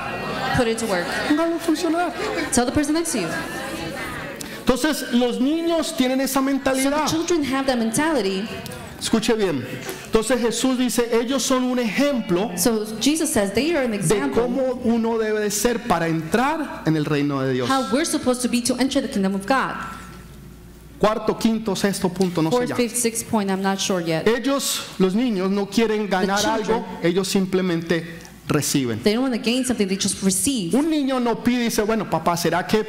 [SPEAKER 2] Put it to work.
[SPEAKER 1] Póngalo a funcionar.
[SPEAKER 2] Tell the person next to you.
[SPEAKER 1] Entonces los niños tienen esa
[SPEAKER 2] So the
[SPEAKER 1] mentalidad.
[SPEAKER 2] children have that mentality.
[SPEAKER 1] Escuche bien. Entonces Jesús dice, ellos son un ejemplo
[SPEAKER 2] So Jesus says they are an
[SPEAKER 1] de
[SPEAKER 2] example
[SPEAKER 1] cómo uno debe de ser para entrar en el reino de Dios.
[SPEAKER 2] how we're supposed to be to enter the kingdom of God.
[SPEAKER 1] Cuarto, quinto, sexto punto, no sé
[SPEAKER 2] Fourth,
[SPEAKER 1] ya.
[SPEAKER 2] fifth, sixth point, I'm not sure yet.
[SPEAKER 1] Eh. Ellos, los niños, no quieren ganar algo, ellos simplemente reciben.
[SPEAKER 2] They don't want to gain something, they just receive.
[SPEAKER 1] Un niño no pide y dice, bueno, papá, ¿será que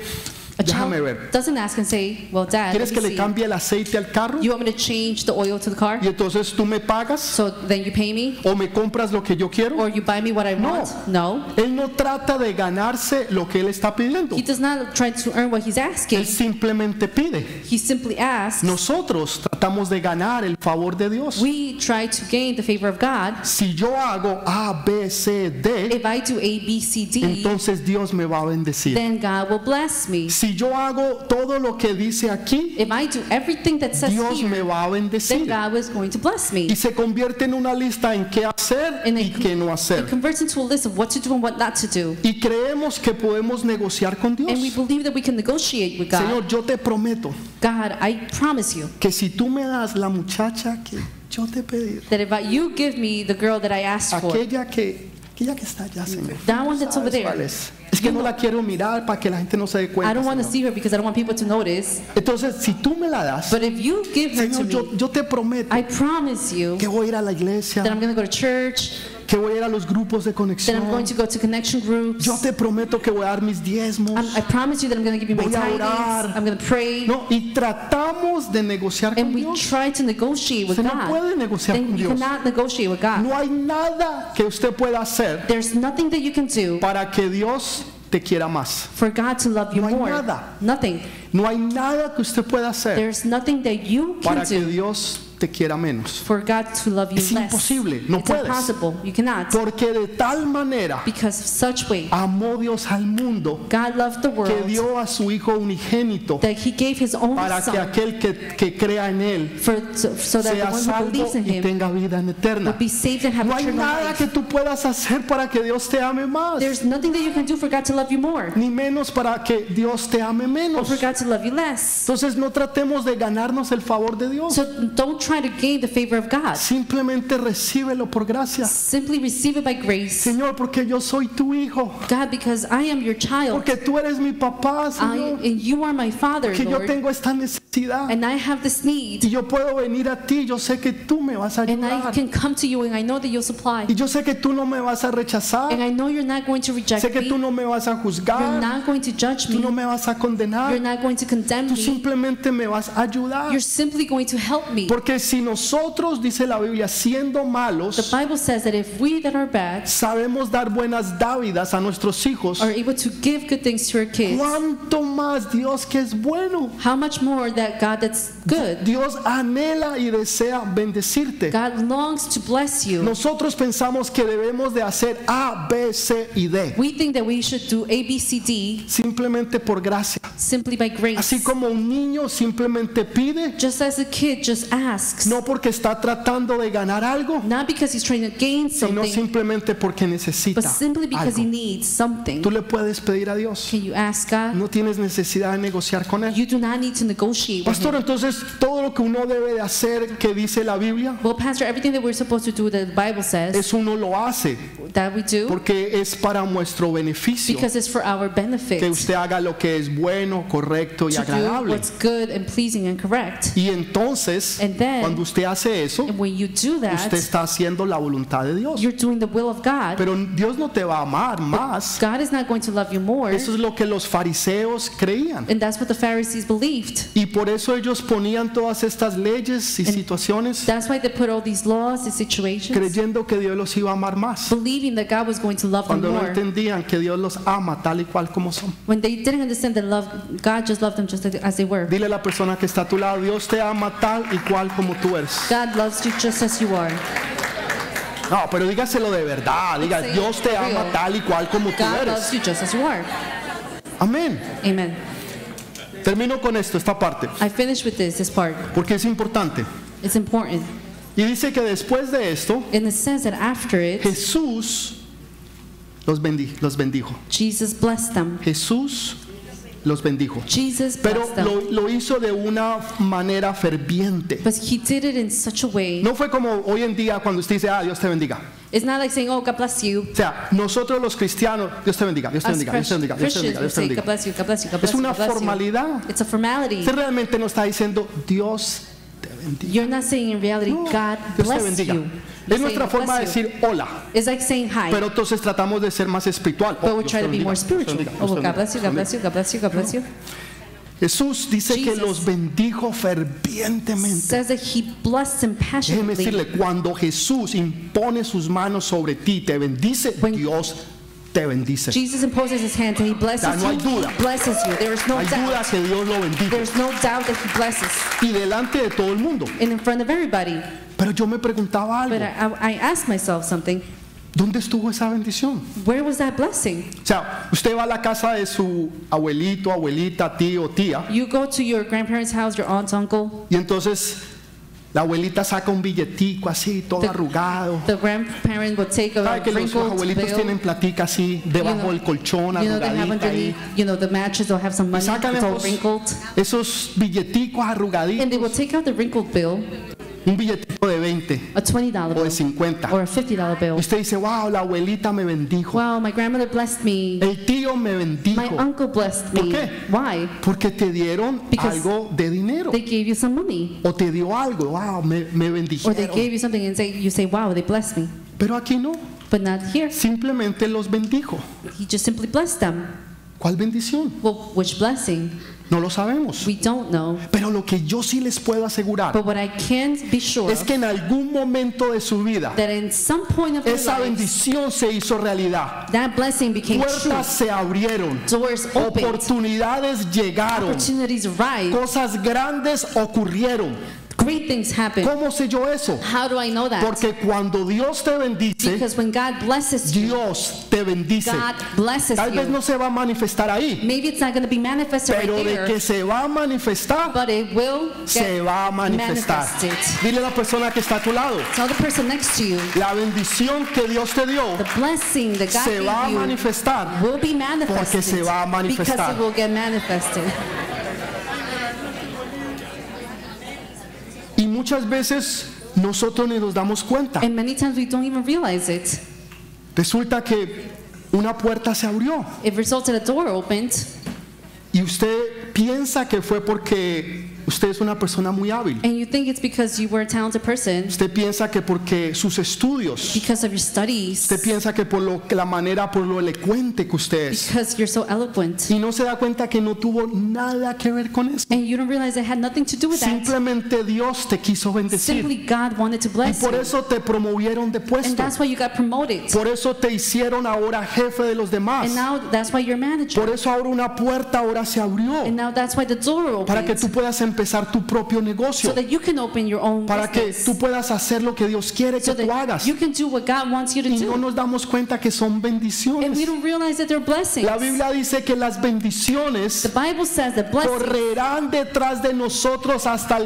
[SPEAKER 2] A
[SPEAKER 1] Déjame ver.
[SPEAKER 2] child doesn't ask and say, Well, dad,
[SPEAKER 1] ¿Quieres que
[SPEAKER 2] let me
[SPEAKER 1] le
[SPEAKER 2] see.
[SPEAKER 1] cambie el aceite al carro?
[SPEAKER 2] you want me to change the oil to the car?
[SPEAKER 1] Y entonces tú me pagas
[SPEAKER 2] So then you pay me?
[SPEAKER 1] o me compras lo que yo quiero.
[SPEAKER 2] Or you buy me what I
[SPEAKER 1] No.
[SPEAKER 2] want? No.
[SPEAKER 1] Él no trata de ganarse lo que él está pidiendo.
[SPEAKER 2] He does not try to earn what he's asking.
[SPEAKER 1] Él simplemente pide.
[SPEAKER 2] He simply asks.
[SPEAKER 1] Nosotros tratamos de ganar el favor de Dios.
[SPEAKER 2] We try to gain the favor of God.
[SPEAKER 1] Si yo hago A, B, C, D,
[SPEAKER 2] If I do A, B, C, D,
[SPEAKER 1] entonces Dios me va a bendecir.
[SPEAKER 2] then God will bless me.
[SPEAKER 1] Si yo hago todo lo que dice aquí,
[SPEAKER 2] If I do everything that says
[SPEAKER 1] Dios me
[SPEAKER 2] here,
[SPEAKER 1] va a
[SPEAKER 2] then
[SPEAKER 1] bendecir.
[SPEAKER 2] God is going to bless
[SPEAKER 1] Y
[SPEAKER 2] me.
[SPEAKER 1] se convierte en una lista en qué hacer
[SPEAKER 2] En el-
[SPEAKER 1] y qué no
[SPEAKER 2] It
[SPEAKER 1] hacer.
[SPEAKER 2] converts into a list of what to do and what not to do.
[SPEAKER 1] Y creemos que podemos negociar con Dios.
[SPEAKER 2] And we believe that we can negotiate with God.
[SPEAKER 1] Señor, yo te prometo
[SPEAKER 2] God, I promise you
[SPEAKER 1] que si tú me das la muchacha que yo te pedí,
[SPEAKER 2] that if I, you give me the girl that I asked for,
[SPEAKER 1] aquella que, aquella que está allá, Señor.
[SPEAKER 2] that one that's over
[SPEAKER 1] ¿Sabes cuál
[SPEAKER 2] there,
[SPEAKER 1] es? Es que no la quiero mirar para que la gente no se dé
[SPEAKER 2] I
[SPEAKER 1] cuenta.
[SPEAKER 2] don't want to
[SPEAKER 1] Señor.
[SPEAKER 2] see her because I don't want people to notice.
[SPEAKER 1] Entonces, si tú me la das,
[SPEAKER 2] But if you give her to
[SPEAKER 1] Señor, yo,
[SPEAKER 2] me,
[SPEAKER 1] yo te prometo
[SPEAKER 2] I promise you
[SPEAKER 1] que voy a ir a la
[SPEAKER 2] that I'm
[SPEAKER 1] iglesia,
[SPEAKER 2] going to go to church,
[SPEAKER 1] que voy a ir a los grupos de
[SPEAKER 2] that I'm going
[SPEAKER 1] conexión.
[SPEAKER 2] to go to connection groups.
[SPEAKER 1] Yo te prometo que voy a dar mis diezmos.
[SPEAKER 2] I'm, Um, I promise you that I'm going to give you my
[SPEAKER 1] Voy a orar.
[SPEAKER 2] tidings. I'm going to pray.
[SPEAKER 1] No, y tratamos de negociar con
[SPEAKER 2] and we
[SPEAKER 1] Dios.
[SPEAKER 2] try to negotiate with
[SPEAKER 1] Usted no
[SPEAKER 2] God.
[SPEAKER 1] puede negociar
[SPEAKER 2] then
[SPEAKER 1] con
[SPEAKER 2] you
[SPEAKER 1] Dios.
[SPEAKER 2] cannot negotiate with God.
[SPEAKER 1] No hay nada que usted pueda hacer
[SPEAKER 2] There's nothing that you can do
[SPEAKER 1] para que Dios te quiera más.
[SPEAKER 2] for God to love you
[SPEAKER 1] No hay
[SPEAKER 2] more.
[SPEAKER 1] nada.
[SPEAKER 2] Nothing.
[SPEAKER 1] No hay nada que usted pueda hacer
[SPEAKER 2] There's nothing that you can
[SPEAKER 1] para que
[SPEAKER 2] do
[SPEAKER 1] Dios te quiera menos.
[SPEAKER 2] for God to love you
[SPEAKER 1] Es
[SPEAKER 2] less.
[SPEAKER 1] imposible. No
[SPEAKER 2] it's
[SPEAKER 1] puedes.
[SPEAKER 2] impossible. You cannot.
[SPEAKER 1] Porque de tal manera
[SPEAKER 2] Because of such way,
[SPEAKER 1] amó Dios al mundo
[SPEAKER 2] God loved the
[SPEAKER 1] Ah, que
[SPEAKER 2] world
[SPEAKER 1] dio a su Hijo unigénito
[SPEAKER 2] that He gave His only
[SPEAKER 1] para que
[SPEAKER 2] Son
[SPEAKER 1] aquel que, que crea en Él
[SPEAKER 2] for, so, so that the
[SPEAKER 1] sea
[SPEAKER 2] one who
[SPEAKER 1] salvo
[SPEAKER 2] believes in
[SPEAKER 1] y
[SPEAKER 2] Him
[SPEAKER 1] tenga vida en eterna.
[SPEAKER 2] would be saved and have
[SPEAKER 1] No hay
[SPEAKER 2] eternal
[SPEAKER 1] nada
[SPEAKER 2] life.
[SPEAKER 1] que tú puedas hacer para que Dios te ame más,
[SPEAKER 2] There's nothing that you can do for God to love you more
[SPEAKER 1] ni menos para que Dios te ame
[SPEAKER 2] or
[SPEAKER 1] menos.
[SPEAKER 2] for God to love you less.
[SPEAKER 1] Entonces no tratemos de ganarnos el favor de Dios.
[SPEAKER 2] So don't try to gain the favor of God.
[SPEAKER 1] Simplemente recíbelo por gracia.
[SPEAKER 2] Simply receive it by grace.
[SPEAKER 1] Señor, porque yo soy tu hijo.
[SPEAKER 2] God, because I am your child,
[SPEAKER 1] Porque tú eres mi papá,
[SPEAKER 2] I,
[SPEAKER 1] Señor.
[SPEAKER 2] and you are my father,
[SPEAKER 1] Que yo
[SPEAKER 2] Lord,
[SPEAKER 1] tengo esta necesidad.
[SPEAKER 2] and I have this
[SPEAKER 1] Y
[SPEAKER 2] need,
[SPEAKER 1] yo puedo venir a ti. Yo sé que tú me vas a
[SPEAKER 2] and I
[SPEAKER 1] ayudar.
[SPEAKER 2] can come to you, and I know that you'll supply,
[SPEAKER 1] Y yo sé que tú no me vas a
[SPEAKER 2] and
[SPEAKER 1] rechazar.
[SPEAKER 2] I know you're not going to reject
[SPEAKER 1] Sé que
[SPEAKER 2] me,
[SPEAKER 1] tú
[SPEAKER 2] you're
[SPEAKER 1] no me vas a juzgar.
[SPEAKER 2] not going to judge
[SPEAKER 1] Tú no
[SPEAKER 2] me,
[SPEAKER 1] me vas a
[SPEAKER 2] you're
[SPEAKER 1] condenar.
[SPEAKER 2] not going to condemn
[SPEAKER 1] Tú
[SPEAKER 2] me,
[SPEAKER 1] simplemente me vas a ayudar.
[SPEAKER 2] you're simply going to help me.
[SPEAKER 1] Porque si nosotros, dice la Biblia, siendo
[SPEAKER 2] The
[SPEAKER 1] malos,
[SPEAKER 2] Bible says that if we that are bad
[SPEAKER 1] sabemos dar buenas dávidas a nuestros hijos,
[SPEAKER 2] are able to give good things to our kids,
[SPEAKER 1] ¿cuánto más Dios que es bueno?
[SPEAKER 2] how much more that God that's good,
[SPEAKER 1] Dios anhela y desea bendecirte.
[SPEAKER 2] God longs to bless you.
[SPEAKER 1] Nosotros pensamos que debemos de hacer A, B, C y D,
[SPEAKER 2] We think that we should do A, B, C, D
[SPEAKER 1] simplemente por gracia.
[SPEAKER 2] simply by grace.
[SPEAKER 1] Así como un niño simplemente pide,
[SPEAKER 2] Just as a kid just asks,
[SPEAKER 1] no porque está tratando de ganar algo,
[SPEAKER 2] not because he's trying to gain
[SPEAKER 1] sino
[SPEAKER 2] something,
[SPEAKER 1] simplemente porque
[SPEAKER 2] but
[SPEAKER 1] necesita
[SPEAKER 2] simply because he
[SPEAKER 1] algo.
[SPEAKER 2] needs something.
[SPEAKER 1] Tú le puedes pedir a Dios.
[SPEAKER 2] Can you ask God?
[SPEAKER 1] No tienes necesidad de negociar con él.
[SPEAKER 2] You do not need to negotiate with
[SPEAKER 1] Pastor,
[SPEAKER 2] him.
[SPEAKER 1] entonces todo lo que uno debe de hacer que dice la Biblia,
[SPEAKER 2] Well, Pastor, everything that we're supposed to do that the Bible says
[SPEAKER 1] es uno lo hace
[SPEAKER 2] that we do
[SPEAKER 1] porque es para nuestro beneficio
[SPEAKER 2] because it's for our benefit
[SPEAKER 1] que
[SPEAKER 2] to
[SPEAKER 1] usted haga lo que es bueno, correcto y
[SPEAKER 2] do
[SPEAKER 1] agradable.
[SPEAKER 2] what's good and pleasing and correct.
[SPEAKER 1] Y entonces,
[SPEAKER 2] And then-
[SPEAKER 1] cuando usted hace eso,
[SPEAKER 2] And when you do
[SPEAKER 1] usted
[SPEAKER 2] that,
[SPEAKER 1] está haciendo la voluntad de Dios.
[SPEAKER 2] you're doing the will of God.
[SPEAKER 1] Pero Dios no te va a amar más.
[SPEAKER 2] God is not going to love you more,
[SPEAKER 1] Eso es lo que los fariseos creían.
[SPEAKER 2] and that's what the Pharisees believed.
[SPEAKER 1] Y por eso ellos ponían todas estas leyes y situaciones
[SPEAKER 2] That's why they put all these laws and situations,
[SPEAKER 1] creyendo que Dios los iba a amar más.
[SPEAKER 2] believing that God was going to love them
[SPEAKER 1] Cuando no
[SPEAKER 2] more.
[SPEAKER 1] entendían que Dios los ama tal y cual como son.
[SPEAKER 2] When they didn't understand that love, God just loved them just as they were.
[SPEAKER 1] Dile a la persona que está a tu lado, Dios te ama tal y cual como tú eres.
[SPEAKER 2] God loves you just as you are.
[SPEAKER 1] No, pero dígaselo de verdad. Diga,
[SPEAKER 2] Sí,
[SPEAKER 1] Dios te ama
[SPEAKER 2] real.
[SPEAKER 1] tal y cual como tú
[SPEAKER 2] God
[SPEAKER 1] eres.
[SPEAKER 2] loves you just as you are.
[SPEAKER 1] Amén.
[SPEAKER 2] Amen.
[SPEAKER 1] Termino con esto, esta parte,
[SPEAKER 2] I finished with this, this part.
[SPEAKER 1] porque es importante.
[SPEAKER 2] It's important.
[SPEAKER 1] Y dice que después de esto,
[SPEAKER 2] In the sense that after it,
[SPEAKER 1] Jesús los, bendi- los bendijo.
[SPEAKER 2] Jesus blessed them.
[SPEAKER 1] Jesús los bendijo.
[SPEAKER 2] Jesus
[SPEAKER 1] Pero
[SPEAKER 2] blessed
[SPEAKER 1] lo,
[SPEAKER 2] them.
[SPEAKER 1] lo hizo de una manera ferviente.
[SPEAKER 2] But he did it in such a way.
[SPEAKER 1] No fue como hoy en día cuando usted dice, ah, Dios te bendiga.
[SPEAKER 2] It's not like saying, oh, God bless you.
[SPEAKER 1] O sea, nosotros los cristianos, Dios te bendiga, Dios te
[SPEAKER 2] Us
[SPEAKER 1] bendiga, Dios te bendiga,
[SPEAKER 2] Christians
[SPEAKER 1] Dios te
[SPEAKER 2] Christians
[SPEAKER 1] bendiga,
[SPEAKER 2] would
[SPEAKER 1] Dios te
[SPEAKER 2] say, God
[SPEAKER 1] bendiga.
[SPEAKER 2] bless you, God bless you, God
[SPEAKER 1] Es
[SPEAKER 2] bless you,
[SPEAKER 1] una
[SPEAKER 2] God bless you.
[SPEAKER 1] formalidad.
[SPEAKER 2] It's a formality.
[SPEAKER 1] Usted realmente no está diciendo, Dios te bendiga. bendiga.
[SPEAKER 2] You're not saying in reality,
[SPEAKER 1] No,
[SPEAKER 2] God
[SPEAKER 1] Dios te
[SPEAKER 2] bless
[SPEAKER 1] bendiga.
[SPEAKER 2] you. You're
[SPEAKER 1] Es nuestra
[SPEAKER 2] saying,
[SPEAKER 1] forma de
[SPEAKER 2] "Bless you."
[SPEAKER 1] decir hola.
[SPEAKER 2] It's like saying hi,
[SPEAKER 1] Pero entonces tratamos de ser más espiritual. Oh,
[SPEAKER 2] but we
[SPEAKER 1] Dios
[SPEAKER 2] try
[SPEAKER 1] te
[SPEAKER 2] to be
[SPEAKER 1] bendiga,
[SPEAKER 2] more
[SPEAKER 1] Dios te bendiga,
[SPEAKER 2] spiritual.
[SPEAKER 1] Dios te
[SPEAKER 2] Oh, God
[SPEAKER 1] bendiga,
[SPEAKER 2] bless you,
[SPEAKER 1] Dios
[SPEAKER 2] God
[SPEAKER 1] te
[SPEAKER 2] bless you, God bless you, God bless you.
[SPEAKER 1] Jesús dice que
[SPEAKER 2] Jesus.
[SPEAKER 1] los bendijo fervientemente.
[SPEAKER 2] Says that He blessed them
[SPEAKER 1] Déjeme
[SPEAKER 2] passionately.
[SPEAKER 1] decirle, cuando Jesús impone sus manos sobre ti, te bendice,
[SPEAKER 2] When-
[SPEAKER 1] Dios te bendice.
[SPEAKER 2] Jesus imposes His hand and He
[SPEAKER 1] Ya no
[SPEAKER 2] blesses you.
[SPEAKER 1] hay duda.
[SPEAKER 2] He blesses you. There is no
[SPEAKER 1] Hay duda
[SPEAKER 2] doubt.
[SPEAKER 1] que Dios lo bendijo
[SPEAKER 2] There's no doubt that He blesses,
[SPEAKER 1] y delante de todo el mundo.
[SPEAKER 2] and in front of everybody.
[SPEAKER 1] Pero yo me preguntaba
[SPEAKER 2] But
[SPEAKER 1] algo,
[SPEAKER 2] I, I I asked myself something.
[SPEAKER 1] ¿dónde estuvo esa bendición?
[SPEAKER 2] Where was that blessing?
[SPEAKER 1] O sea, usted va a la casa de su abuelito, abuelita, tío, tía,
[SPEAKER 2] You go to your grandparents' house, your aunt, uncle.
[SPEAKER 1] y entonces la abuelita saca un billetico así, todo
[SPEAKER 2] The-
[SPEAKER 1] arrugado.
[SPEAKER 2] The grandparent would take a
[SPEAKER 1] ¿Sabe que los
[SPEAKER 2] wrinkled
[SPEAKER 1] abuelitos
[SPEAKER 2] bill.
[SPEAKER 1] tienen platica así, debajo
[SPEAKER 2] know,
[SPEAKER 1] del colchón,
[SPEAKER 2] You know, they have
[SPEAKER 1] arrugadita ahí?
[SPEAKER 2] underneath, you know, the matches, they'll have some
[SPEAKER 1] Y
[SPEAKER 2] money,
[SPEAKER 1] sacan
[SPEAKER 2] it's all wrinkled.
[SPEAKER 1] esos, esos billeticos arrugaditos,
[SPEAKER 2] And they will take out the wrinkled bill,
[SPEAKER 1] un billetito de 20
[SPEAKER 2] a $20
[SPEAKER 1] o de
[SPEAKER 2] bill
[SPEAKER 1] 50.
[SPEAKER 2] or a $50
[SPEAKER 1] Y
[SPEAKER 2] bill.
[SPEAKER 1] usted dice, wow, la abuelita me bendijo,
[SPEAKER 2] Wow, my grandmother blessed me.
[SPEAKER 1] el tío me
[SPEAKER 2] My
[SPEAKER 1] bendijo.
[SPEAKER 2] uncle blessed
[SPEAKER 1] ¿Por
[SPEAKER 2] me.
[SPEAKER 1] qué?
[SPEAKER 2] Why?
[SPEAKER 1] Porque te dieron
[SPEAKER 2] Because
[SPEAKER 1] algo de dinero.
[SPEAKER 2] They gave you some money.
[SPEAKER 1] O te dio algo, wow, me, me
[SPEAKER 2] Or they
[SPEAKER 1] bendijeron.
[SPEAKER 2] gave you something and say, you say, wow, they blessed me.
[SPEAKER 1] Pero aquí no,
[SPEAKER 2] But not here.
[SPEAKER 1] simplemente los bendijo.
[SPEAKER 2] He just simply blessed them.
[SPEAKER 1] ¿Cuál bendición?
[SPEAKER 2] Well, which blessing?
[SPEAKER 1] No lo sabemos.
[SPEAKER 2] We don't know.
[SPEAKER 1] Pero lo que yo sí les puedo asegurar
[SPEAKER 2] But what I can't be sure
[SPEAKER 1] es
[SPEAKER 2] of,
[SPEAKER 1] que en algún momento de su vida
[SPEAKER 2] that in some point of their
[SPEAKER 1] esa
[SPEAKER 2] lives,
[SPEAKER 1] bendición se hizo realidad.
[SPEAKER 2] that blessing became true.
[SPEAKER 1] Puertas se abrieron,
[SPEAKER 2] Doors opened.
[SPEAKER 1] oportunidades llegaron,
[SPEAKER 2] Opportunities arise.
[SPEAKER 1] cosas grandes ocurrieron.
[SPEAKER 2] Great things happen.
[SPEAKER 1] ¿Cómo sé yo eso?
[SPEAKER 2] How do I know that?
[SPEAKER 1] Porque cuando Dios te bendice,
[SPEAKER 2] because when God blesses you,
[SPEAKER 1] Dios te bendice.
[SPEAKER 2] God blesses
[SPEAKER 1] Tal vez
[SPEAKER 2] you.
[SPEAKER 1] no se va a manifestar ahí,
[SPEAKER 2] Maybe it's not going to be manifested right
[SPEAKER 1] pero de que
[SPEAKER 2] there,
[SPEAKER 1] se va a manifestar,
[SPEAKER 2] but it will
[SPEAKER 1] se
[SPEAKER 2] get
[SPEAKER 1] va a manifestar.
[SPEAKER 2] manifested.
[SPEAKER 1] Dile a la persona que está a tu lado,
[SPEAKER 2] Tell the person next to you,
[SPEAKER 1] la bendición que Dios te dio
[SPEAKER 2] the blessing that God
[SPEAKER 1] se va a
[SPEAKER 2] gave you
[SPEAKER 1] manifestar.
[SPEAKER 2] will be manifested
[SPEAKER 1] se va a
[SPEAKER 2] because
[SPEAKER 1] manifestar.
[SPEAKER 2] it will get manifested.
[SPEAKER 1] Y muchas veces nosotros ni nos damos cuenta.
[SPEAKER 2] And many times we don't even realize it.
[SPEAKER 1] Resulta que una puerta se abrió
[SPEAKER 2] It resulted a door opened,
[SPEAKER 1] y usted piensa que fue porque usted es una persona muy hábil.
[SPEAKER 2] and you think it's because you were a talented person,
[SPEAKER 1] Usted piensa que porque sus estudios,
[SPEAKER 2] because of your studies,
[SPEAKER 1] usted piensa que por lo, que la manera, por lo elocuente que usted es.
[SPEAKER 2] because you're so eloquent.
[SPEAKER 1] Y no se da cuenta que no tuvo nada que ver con eso.
[SPEAKER 2] And you don't realize it had nothing to do with that.
[SPEAKER 1] Simplemente Dios te quiso bendecir.
[SPEAKER 2] Simply God wanted to
[SPEAKER 1] Y
[SPEAKER 2] bless
[SPEAKER 1] por
[SPEAKER 2] you.
[SPEAKER 1] eso te promovieron de
[SPEAKER 2] And
[SPEAKER 1] puesto.
[SPEAKER 2] that's why you got promoted.
[SPEAKER 1] Por eso te hicieron ahora jefe de los demás.
[SPEAKER 2] And now that's why you're manager.
[SPEAKER 1] Por eso ahora una puerta ahora se
[SPEAKER 2] And
[SPEAKER 1] abrió
[SPEAKER 2] now that's why the door
[SPEAKER 1] para que
[SPEAKER 2] opens.
[SPEAKER 1] tú puedas empezar tu propio
[SPEAKER 2] So
[SPEAKER 1] negocio,
[SPEAKER 2] that you can open your own
[SPEAKER 1] para que
[SPEAKER 2] business.
[SPEAKER 1] tú puedas hacer lo que Dios quiere
[SPEAKER 2] So
[SPEAKER 1] que tú
[SPEAKER 2] that
[SPEAKER 1] hagas.
[SPEAKER 2] you can do what God wants you to
[SPEAKER 1] Y no
[SPEAKER 2] do.
[SPEAKER 1] nos damos cuenta que son
[SPEAKER 2] And we
[SPEAKER 1] bendiciones.
[SPEAKER 2] don't realize that they're blessings.
[SPEAKER 1] La Biblia dice que las
[SPEAKER 2] The
[SPEAKER 1] bendiciones
[SPEAKER 2] Bible says that blessings
[SPEAKER 1] correrán detrás de nosotros hasta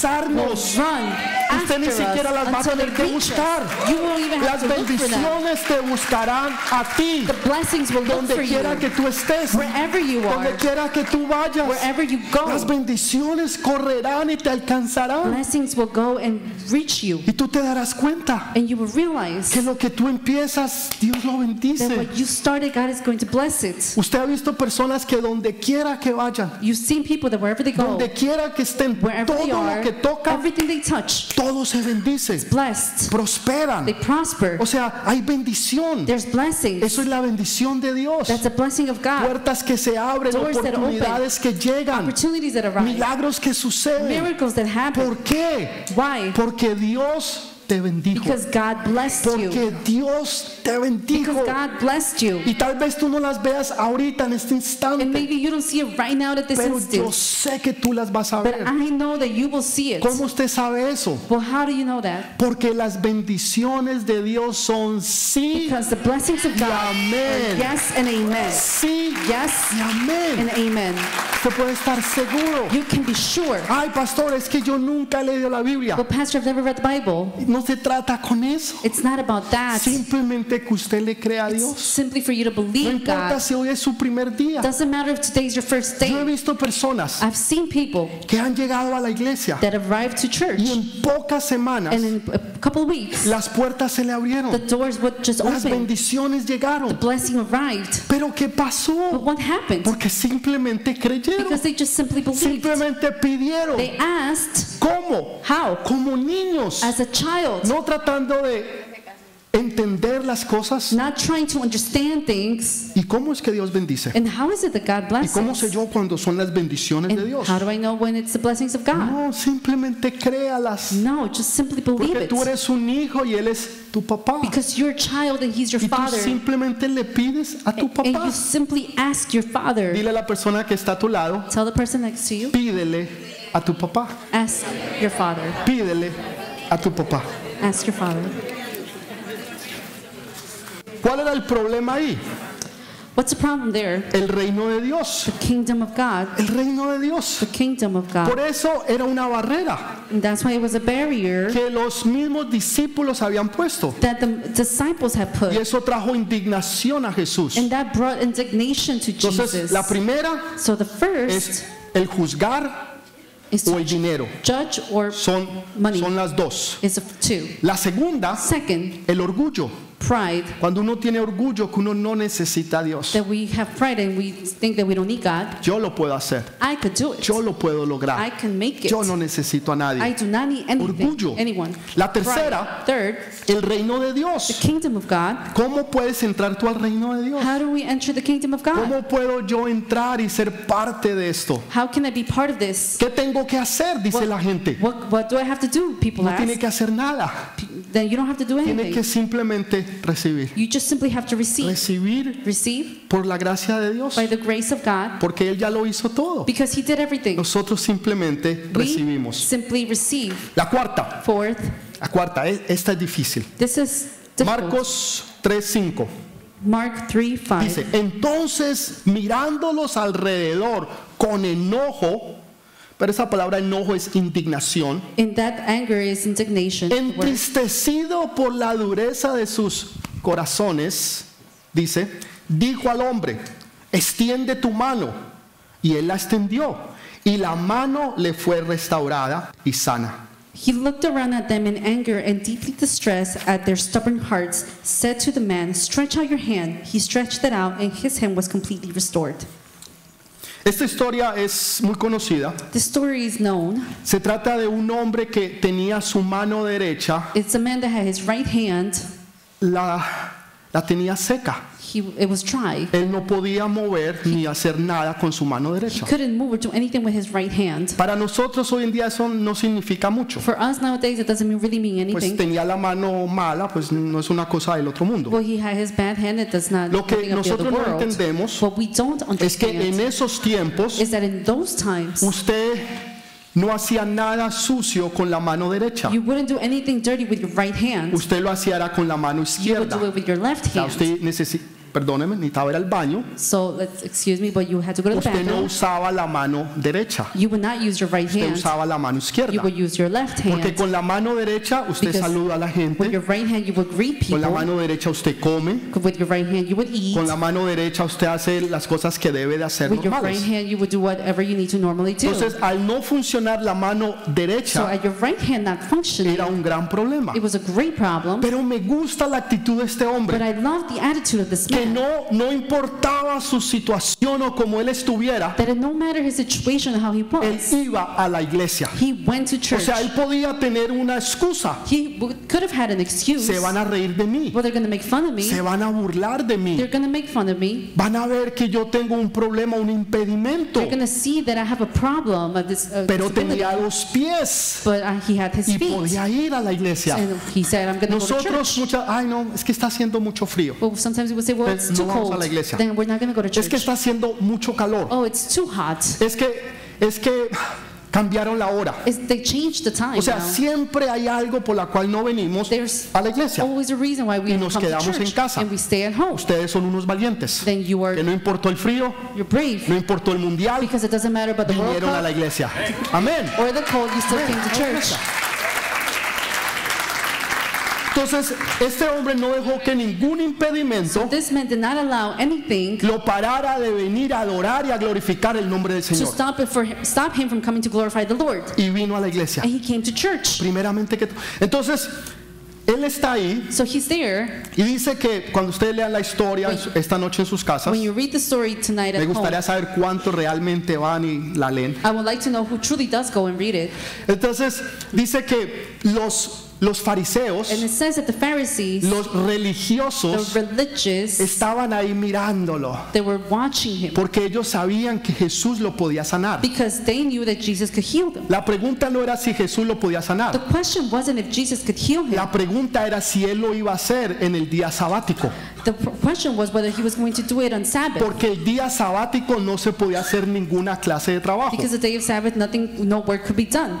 [SPEAKER 1] alcanzarnos.
[SPEAKER 2] run
[SPEAKER 1] Usted
[SPEAKER 2] after
[SPEAKER 1] ni
[SPEAKER 2] us
[SPEAKER 1] siquiera las va a
[SPEAKER 2] until they
[SPEAKER 1] tener que
[SPEAKER 2] reach
[SPEAKER 1] buscar.
[SPEAKER 2] us. You won't even have
[SPEAKER 1] Las
[SPEAKER 2] to look for them.
[SPEAKER 1] bendiciones te buscarán a ti,
[SPEAKER 2] The blessings will look for
[SPEAKER 1] donde
[SPEAKER 2] you
[SPEAKER 1] quiera que tú estés,
[SPEAKER 2] wherever you
[SPEAKER 1] donde
[SPEAKER 2] are,
[SPEAKER 1] quiera que tú vayas.
[SPEAKER 2] wherever you
[SPEAKER 1] Las
[SPEAKER 2] go.
[SPEAKER 1] bendiciones correrán y te alcanzarán.
[SPEAKER 2] Blessings will go and reach you.
[SPEAKER 1] Y tú te darás cuenta
[SPEAKER 2] And you will realize
[SPEAKER 1] que lo que tú empiezas, Dios lo
[SPEAKER 2] that
[SPEAKER 1] bendice.
[SPEAKER 2] what you started, God is going to bless it.
[SPEAKER 1] Usted ha visto personas que donde quiera que vayan,
[SPEAKER 2] You've seen people that wherever they go,
[SPEAKER 1] donde quiera que estén,
[SPEAKER 2] wherever they
[SPEAKER 1] todo lo
[SPEAKER 2] are,
[SPEAKER 1] que tocan,
[SPEAKER 2] everything they touch,
[SPEAKER 1] todo se bendice,
[SPEAKER 2] blessed. They
[SPEAKER 1] prosperan.
[SPEAKER 2] prosper.
[SPEAKER 1] O sea, hay bendición.
[SPEAKER 2] There's blessings.
[SPEAKER 1] Eso es la bendición de Dios.
[SPEAKER 2] That's a blessing of God.
[SPEAKER 1] Puertas que se abren,
[SPEAKER 2] Doors that open.
[SPEAKER 1] oportunidades que llegan,
[SPEAKER 2] Opportunities that arise.
[SPEAKER 1] milagros que suceden.
[SPEAKER 2] Miracles that happen.
[SPEAKER 1] ¿Por qué?
[SPEAKER 2] Why?
[SPEAKER 1] Porque Dios te bendijo.
[SPEAKER 2] Because God blessed you.
[SPEAKER 1] Porque Dios te bendijo.
[SPEAKER 2] Because God blessed you.
[SPEAKER 1] Y tal vez tú no las veas ahorita en este
[SPEAKER 2] And
[SPEAKER 1] instante,
[SPEAKER 2] maybe you don't see it right now at this
[SPEAKER 1] pero yo
[SPEAKER 2] instant.
[SPEAKER 1] sé que tú las vas a
[SPEAKER 2] But
[SPEAKER 1] ver.
[SPEAKER 2] I know that you will see it.
[SPEAKER 1] ¿Cómo usted sabe eso?
[SPEAKER 2] Well, how do you know that?
[SPEAKER 1] Porque las bendiciones de Dios son sí,
[SPEAKER 2] Because the blessings of God are
[SPEAKER 1] amén.
[SPEAKER 2] yes and amen.
[SPEAKER 1] sí y
[SPEAKER 2] Yes and
[SPEAKER 1] amén.
[SPEAKER 2] amen.
[SPEAKER 1] Usted puede estar seguro.
[SPEAKER 2] You can be sure.
[SPEAKER 1] Ay, pastor, es que yo nunca he leído la Biblia.
[SPEAKER 2] Well, Pastor, I've never read the Bible.
[SPEAKER 1] No se trata con eso.
[SPEAKER 2] It's not about that.
[SPEAKER 1] Simplemente que usted le crea a
[SPEAKER 2] It's
[SPEAKER 1] Dios.
[SPEAKER 2] simply for you to
[SPEAKER 1] No
[SPEAKER 2] believe
[SPEAKER 1] importa
[SPEAKER 2] God.
[SPEAKER 1] si hoy es su primer día.
[SPEAKER 2] Doesn't matter if today's your first
[SPEAKER 1] Yo he
[SPEAKER 2] day.
[SPEAKER 1] visto personas
[SPEAKER 2] I've seen people
[SPEAKER 1] que han llegado a la iglesia
[SPEAKER 2] that arrive to church
[SPEAKER 1] y en pocas semanas
[SPEAKER 2] and in a couple weeks,
[SPEAKER 1] Las puertas se le
[SPEAKER 2] the
[SPEAKER 1] abrieron.
[SPEAKER 2] doors would just
[SPEAKER 1] Las
[SPEAKER 2] open.
[SPEAKER 1] bendiciones
[SPEAKER 2] The
[SPEAKER 1] llegaron.
[SPEAKER 2] blessing arrived.
[SPEAKER 1] Pero ¿qué
[SPEAKER 2] But
[SPEAKER 1] pasó?
[SPEAKER 2] what happened?
[SPEAKER 1] Porque simplemente creyeron.
[SPEAKER 2] Because they just simply believed.
[SPEAKER 1] Simplemente pidieron.
[SPEAKER 2] They asked
[SPEAKER 1] ¿Cómo?
[SPEAKER 2] how,
[SPEAKER 1] Como niños.
[SPEAKER 2] as a child,
[SPEAKER 1] No tratando de entender las cosas.
[SPEAKER 2] not trying to understand things.
[SPEAKER 1] ¿Y cómo es que Dios bendice?
[SPEAKER 2] And how is it that God
[SPEAKER 1] ¿Y
[SPEAKER 2] blesses?
[SPEAKER 1] cómo sé yo cuando son las bendiciones de
[SPEAKER 2] And
[SPEAKER 1] Dios?
[SPEAKER 2] how do I know when it's the blessings of God?
[SPEAKER 1] No, simplemente créalas.
[SPEAKER 2] No, just simply believe
[SPEAKER 1] Porque
[SPEAKER 2] it.
[SPEAKER 1] tú eres un hijo y él es tu papá.
[SPEAKER 2] Because you're a child and he's your
[SPEAKER 1] Y tú
[SPEAKER 2] father.
[SPEAKER 1] simplemente le pides a tu
[SPEAKER 2] And
[SPEAKER 1] papá.
[SPEAKER 2] you simply ask your father.
[SPEAKER 1] Dile a la persona que está a tu lado,
[SPEAKER 2] Tell the person next to you,
[SPEAKER 1] pídele a tu papá.
[SPEAKER 2] ask your father.
[SPEAKER 1] Pídele a tu papá.
[SPEAKER 2] Ask your father.
[SPEAKER 1] ¿Cuál era el problema ahí?
[SPEAKER 2] What's the problem there?
[SPEAKER 1] El reino de Dios.
[SPEAKER 2] The kingdom of God.
[SPEAKER 1] El reino de
[SPEAKER 2] The
[SPEAKER 1] Dios.
[SPEAKER 2] kingdom of
[SPEAKER 1] Por
[SPEAKER 2] God.
[SPEAKER 1] eso era una barrera
[SPEAKER 2] And that's why it was a barrier
[SPEAKER 1] que los mismos discípulos habían puesto.
[SPEAKER 2] that the disciples had
[SPEAKER 1] Y
[SPEAKER 2] put.
[SPEAKER 1] eso trajo indignación a Jesús.
[SPEAKER 2] And that brought indignation to
[SPEAKER 1] Entonces,
[SPEAKER 2] Jesus.
[SPEAKER 1] la primera
[SPEAKER 2] So the
[SPEAKER 1] es
[SPEAKER 2] first
[SPEAKER 1] el juzgar
[SPEAKER 2] is
[SPEAKER 1] o
[SPEAKER 2] to
[SPEAKER 1] el dinero.
[SPEAKER 2] judge or
[SPEAKER 1] Son, son las dos.
[SPEAKER 2] is of two.
[SPEAKER 1] La segunda,
[SPEAKER 2] Second,
[SPEAKER 1] el orgullo.
[SPEAKER 2] pride
[SPEAKER 1] Cuando uno tiene orgullo que uno no necesita a Dios.
[SPEAKER 2] that we have pride and we think that we don't need God.
[SPEAKER 1] Yo lo puedo hacer.
[SPEAKER 2] I could do it.
[SPEAKER 1] Yo lo puedo
[SPEAKER 2] I
[SPEAKER 1] lograr.
[SPEAKER 2] can make it.
[SPEAKER 1] Yo no necesito a
[SPEAKER 2] I
[SPEAKER 1] nadie.
[SPEAKER 2] do not need anything,
[SPEAKER 1] Orgullo.
[SPEAKER 2] anyone.
[SPEAKER 1] La
[SPEAKER 2] Pride.
[SPEAKER 1] tercera,
[SPEAKER 2] Third,
[SPEAKER 1] el reino de
[SPEAKER 2] the
[SPEAKER 1] Dios.
[SPEAKER 2] kingdom of God.
[SPEAKER 1] ¿Cómo puedes entrar tú al reino de Dios?
[SPEAKER 2] How do we enter the kingdom of God?
[SPEAKER 1] ¿Cómo puedo yo entrar y ser parte de esto?
[SPEAKER 2] How can I be part of this?
[SPEAKER 1] ¿Qué tengo que hacer? Dice la gente.
[SPEAKER 2] What, what do I have to do? People
[SPEAKER 1] No tiene
[SPEAKER 2] ask.
[SPEAKER 1] que hacer nada.
[SPEAKER 2] Then you don't have to do
[SPEAKER 1] Tiene que
[SPEAKER 2] anything.
[SPEAKER 1] simplemente recibir.
[SPEAKER 2] You just simply have to receive.
[SPEAKER 1] Recibir
[SPEAKER 2] Receive
[SPEAKER 1] por la gracia de Dios.
[SPEAKER 2] by the grace of God
[SPEAKER 1] Porque Él ya lo hizo todo.
[SPEAKER 2] because He did everything.
[SPEAKER 1] Nosotros simplemente
[SPEAKER 2] We
[SPEAKER 1] recibimos.
[SPEAKER 2] simply receive.
[SPEAKER 1] La cuarta.
[SPEAKER 2] Fourth,
[SPEAKER 1] La cuarta, e- esta es difícil.
[SPEAKER 2] this is difficult.
[SPEAKER 1] Marcos 3:5
[SPEAKER 2] Mark 3 5.
[SPEAKER 1] dice, entonces mirándolos alrededor con enojo, pero esa palabra enojo es indignación,
[SPEAKER 2] In that anger is indignation. Where
[SPEAKER 1] entristecido por la dureza de sus corazones, dice, dijo al hombre, extiende tu mano, y él la extendió, y la mano le fue restaurada y sana.
[SPEAKER 2] He looked around at them in anger and deeply distressed at their stubborn hearts, said to the man, Stretch out your hand. He stretched it out, and his hand was completely restored.
[SPEAKER 1] Esta historia es muy conocida.
[SPEAKER 2] The story is known.
[SPEAKER 1] Se trata de un hombre que tenía su mano derecha,
[SPEAKER 2] It's a man that had his right hand,
[SPEAKER 1] la, la tenía seca.
[SPEAKER 2] he, it was dry.
[SPEAKER 1] Él no podía mover ni hacer nada con su mano
[SPEAKER 2] He
[SPEAKER 1] derecha.
[SPEAKER 2] couldn't move or do anything with his right hand.
[SPEAKER 1] Para nosotros hoy en día eso no significa mucho.
[SPEAKER 2] For us nowadays, it doesn't mean- really mean
[SPEAKER 1] Pues
[SPEAKER 2] anything.
[SPEAKER 1] tenía la mano mala, pues no es una cosa del otro mundo.
[SPEAKER 2] Well, he had his bad hand, it does not
[SPEAKER 1] Lo que
[SPEAKER 2] nothing of the other
[SPEAKER 1] nosotros no
[SPEAKER 2] world.
[SPEAKER 1] entendemos
[SPEAKER 2] What we don't
[SPEAKER 1] Es que en
[SPEAKER 2] understand
[SPEAKER 1] esos tiempos
[SPEAKER 2] is that in those times,
[SPEAKER 1] usted no hacía nada sucio con la mano derecha.
[SPEAKER 2] you wouldn't do anything dirty with your right hand.
[SPEAKER 1] Usted lo hacía era con la mano
[SPEAKER 2] you would
[SPEAKER 1] izquierda.
[SPEAKER 2] do it with your left
[SPEAKER 1] O sea,
[SPEAKER 2] hand.
[SPEAKER 1] usted necesita, perdóneme, necesitaba ir al baño.
[SPEAKER 2] So let's excuse me, but you had to go to the
[SPEAKER 1] Usted no
[SPEAKER 2] bathroom.
[SPEAKER 1] usaba la mano derecha.
[SPEAKER 2] You would not use your right
[SPEAKER 1] Usted
[SPEAKER 2] hand.
[SPEAKER 1] usaba la mano
[SPEAKER 2] You
[SPEAKER 1] izquierda.
[SPEAKER 2] would use your left
[SPEAKER 1] Porque
[SPEAKER 2] hand.
[SPEAKER 1] con la mano derecha usted
[SPEAKER 2] Because
[SPEAKER 1] saluda a la
[SPEAKER 2] With
[SPEAKER 1] gente,
[SPEAKER 2] your right hand, you would greet
[SPEAKER 1] con la
[SPEAKER 2] people.
[SPEAKER 1] mano derecha usted come,
[SPEAKER 2] With your right hand, you would eat.
[SPEAKER 1] con la mano derecha usted hace las cosas que debe de hacer
[SPEAKER 2] With your right
[SPEAKER 1] normales.
[SPEAKER 2] hand, you would do whatever you need to normally do.
[SPEAKER 1] Entonces, al no funcionar la mano
[SPEAKER 2] So
[SPEAKER 1] derecha
[SPEAKER 2] at your right hand not functioning,
[SPEAKER 1] era un gran problema.
[SPEAKER 2] it was a great problem.
[SPEAKER 1] Pero me gusta la actitud de este
[SPEAKER 2] But
[SPEAKER 1] hombre,
[SPEAKER 2] I love the attitude of this
[SPEAKER 1] que
[SPEAKER 2] man.
[SPEAKER 1] no no importaba su situación o como él estuviera,
[SPEAKER 2] That it no matter his situation, how he
[SPEAKER 1] él
[SPEAKER 2] was,
[SPEAKER 1] iba a la iglesia.
[SPEAKER 2] he went to
[SPEAKER 1] O
[SPEAKER 2] church.
[SPEAKER 1] sea, él podía tener una excusa.
[SPEAKER 2] He would- could have had an excuse.
[SPEAKER 1] Se van a reír de mí,
[SPEAKER 2] Well, they're going to make fun of me.
[SPEAKER 1] se van a burlar de mí.
[SPEAKER 2] They're going to make fun of me.
[SPEAKER 1] van a ver que yo tengo un problema, un impedimento,
[SPEAKER 2] They're gonna see that I have a problem of this uh,
[SPEAKER 1] pero
[SPEAKER 2] disability,
[SPEAKER 1] tenía dos pies
[SPEAKER 2] but uh, he had his
[SPEAKER 1] y
[SPEAKER 2] feet,
[SPEAKER 1] podía ir a la iglesia.
[SPEAKER 2] and he said, "I'm gonna go to
[SPEAKER 1] Nosotros
[SPEAKER 2] church."
[SPEAKER 1] muchas, ay no, es que está haciendo mucho frío,
[SPEAKER 2] But sometimes we would say, "Well,
[SPEAKER 1] Eh,
[SPEAKER 2] it's
[SPEAKER 1] no
[SPEAKER 2] too
[SPEAKER 1] vamos a
[SPEAKER 2] cold.
[SPEAKER 1] la iglesia.
[SPEAKER 2] Then we're not gonna go to
[SPEAKER 1] es que
[SPEAKER 2] church.
[SPEAKER 1] está haciendo mucho calor,
[SPEAKER 2] Oh, it's too hot.
[SPEAKER 1] es que es que cambiaron la hora.
[SPEAKER 2] It's, they changed the time.
[SPEAKER 1] O sea,
[SPEAKER 2] now.
[SPEAKER 1] siempre hay algo por la cual no venimos
[SPEAKER 2] There's Oh.
[SPEAKER 1] a la iglesia.
[SPEAKER 2] always a reason why
[SPEAKER 1] Y
[SPEAKER 2] we don't
[SPEAKER 1] nos
[SPEAKER 2] come to
[SPEAKER 1] quedamos en
[SPEAKER 2] church
[SPEAKER 1] casa.
[SPEAKER 2] and we stay at home.
[SPEAKER 1] Ustedes son unos valientes,
[SPEAKER 2] Then you are
[SPEAKER 1] que no importó el frío,
[SPEAKER 2] you're brave
[SPEAKER 1] no importó el mundial,
[SPEAKER 2] because it doesn't matter about the World
[SPEAKER 1] vinieron a la
[SPEAKER 2] Cup
[SPEAKER 1] iglesia. Amén.
[SPEAKER 2] or the cold. You still came to church."
[SPEAKER 1] Entonces, este hombre no dejó que ningún impedimento
[SPEAKER 2] This man did not allow anything
[SPEAKER 1] lo parara de venir a adorar y a glorificar el nombre del
[SPEAKER 2] to
[SPEAKER 1] Señor.
[SPEAKER 2] stop it for him, stop him from coming to glorify the Lord,
[SPEAKER 1] Y vino a la iglesia.
[SPEAKER 2] and he came to church.
[SPEAKER 1] Primeramente que... Entonces, Él está ahí
[SPEAKER 2] So he's there.
[SPEAKER 1] y dice que cuando ustedes lean la historia en su- esta noche en sus casas,
[SPEAKER 2] When you read the story tonight
[SPEAKER 1] me
[SPEAKER 2] at home,
[SPEAKER 1] gustaría saber cuántos realmente van y la leen.
[SPEAKER 2] I would like to know who truly does go and read it.
[SPEAKER 1] Entonces dice que los, los fariseos,
[SPEAKER 2] And it says that the Pharisees,
[SPEAKER 1] los
[SPEAKER 2] the
[SPEAKER 1] religiosos,
[SPEAKER 2] religious,
[SPEAKER 1] estaban ahí mirándolo
[SPEAKER 2] they were watching him
[SPEAKER 1] porque ellos sabían que Jesús lo podía sanar.
[SPEAKER 2] because they knew that Jesus could heal them.
[SPEAKER 1] La pregunta no era si Jesús lo podía
[SPEAKER 2] The
[SPEAKER 1] sanar.
[SPEAKER 2] question wasn't if Jesus could heal him.
[SPEAKER 1] La pregunta era si él lo iba a hacer en el día sabático.
[SPEAKER 2] The pr- question was whether he was going to do it on Sabbath.
[SPEAKER 1] Porque el día sabático no se podía hacer ninguna clase de trabajo.
[SPEAKER 2] Because the day of Sabbath, nothing, no work could be done.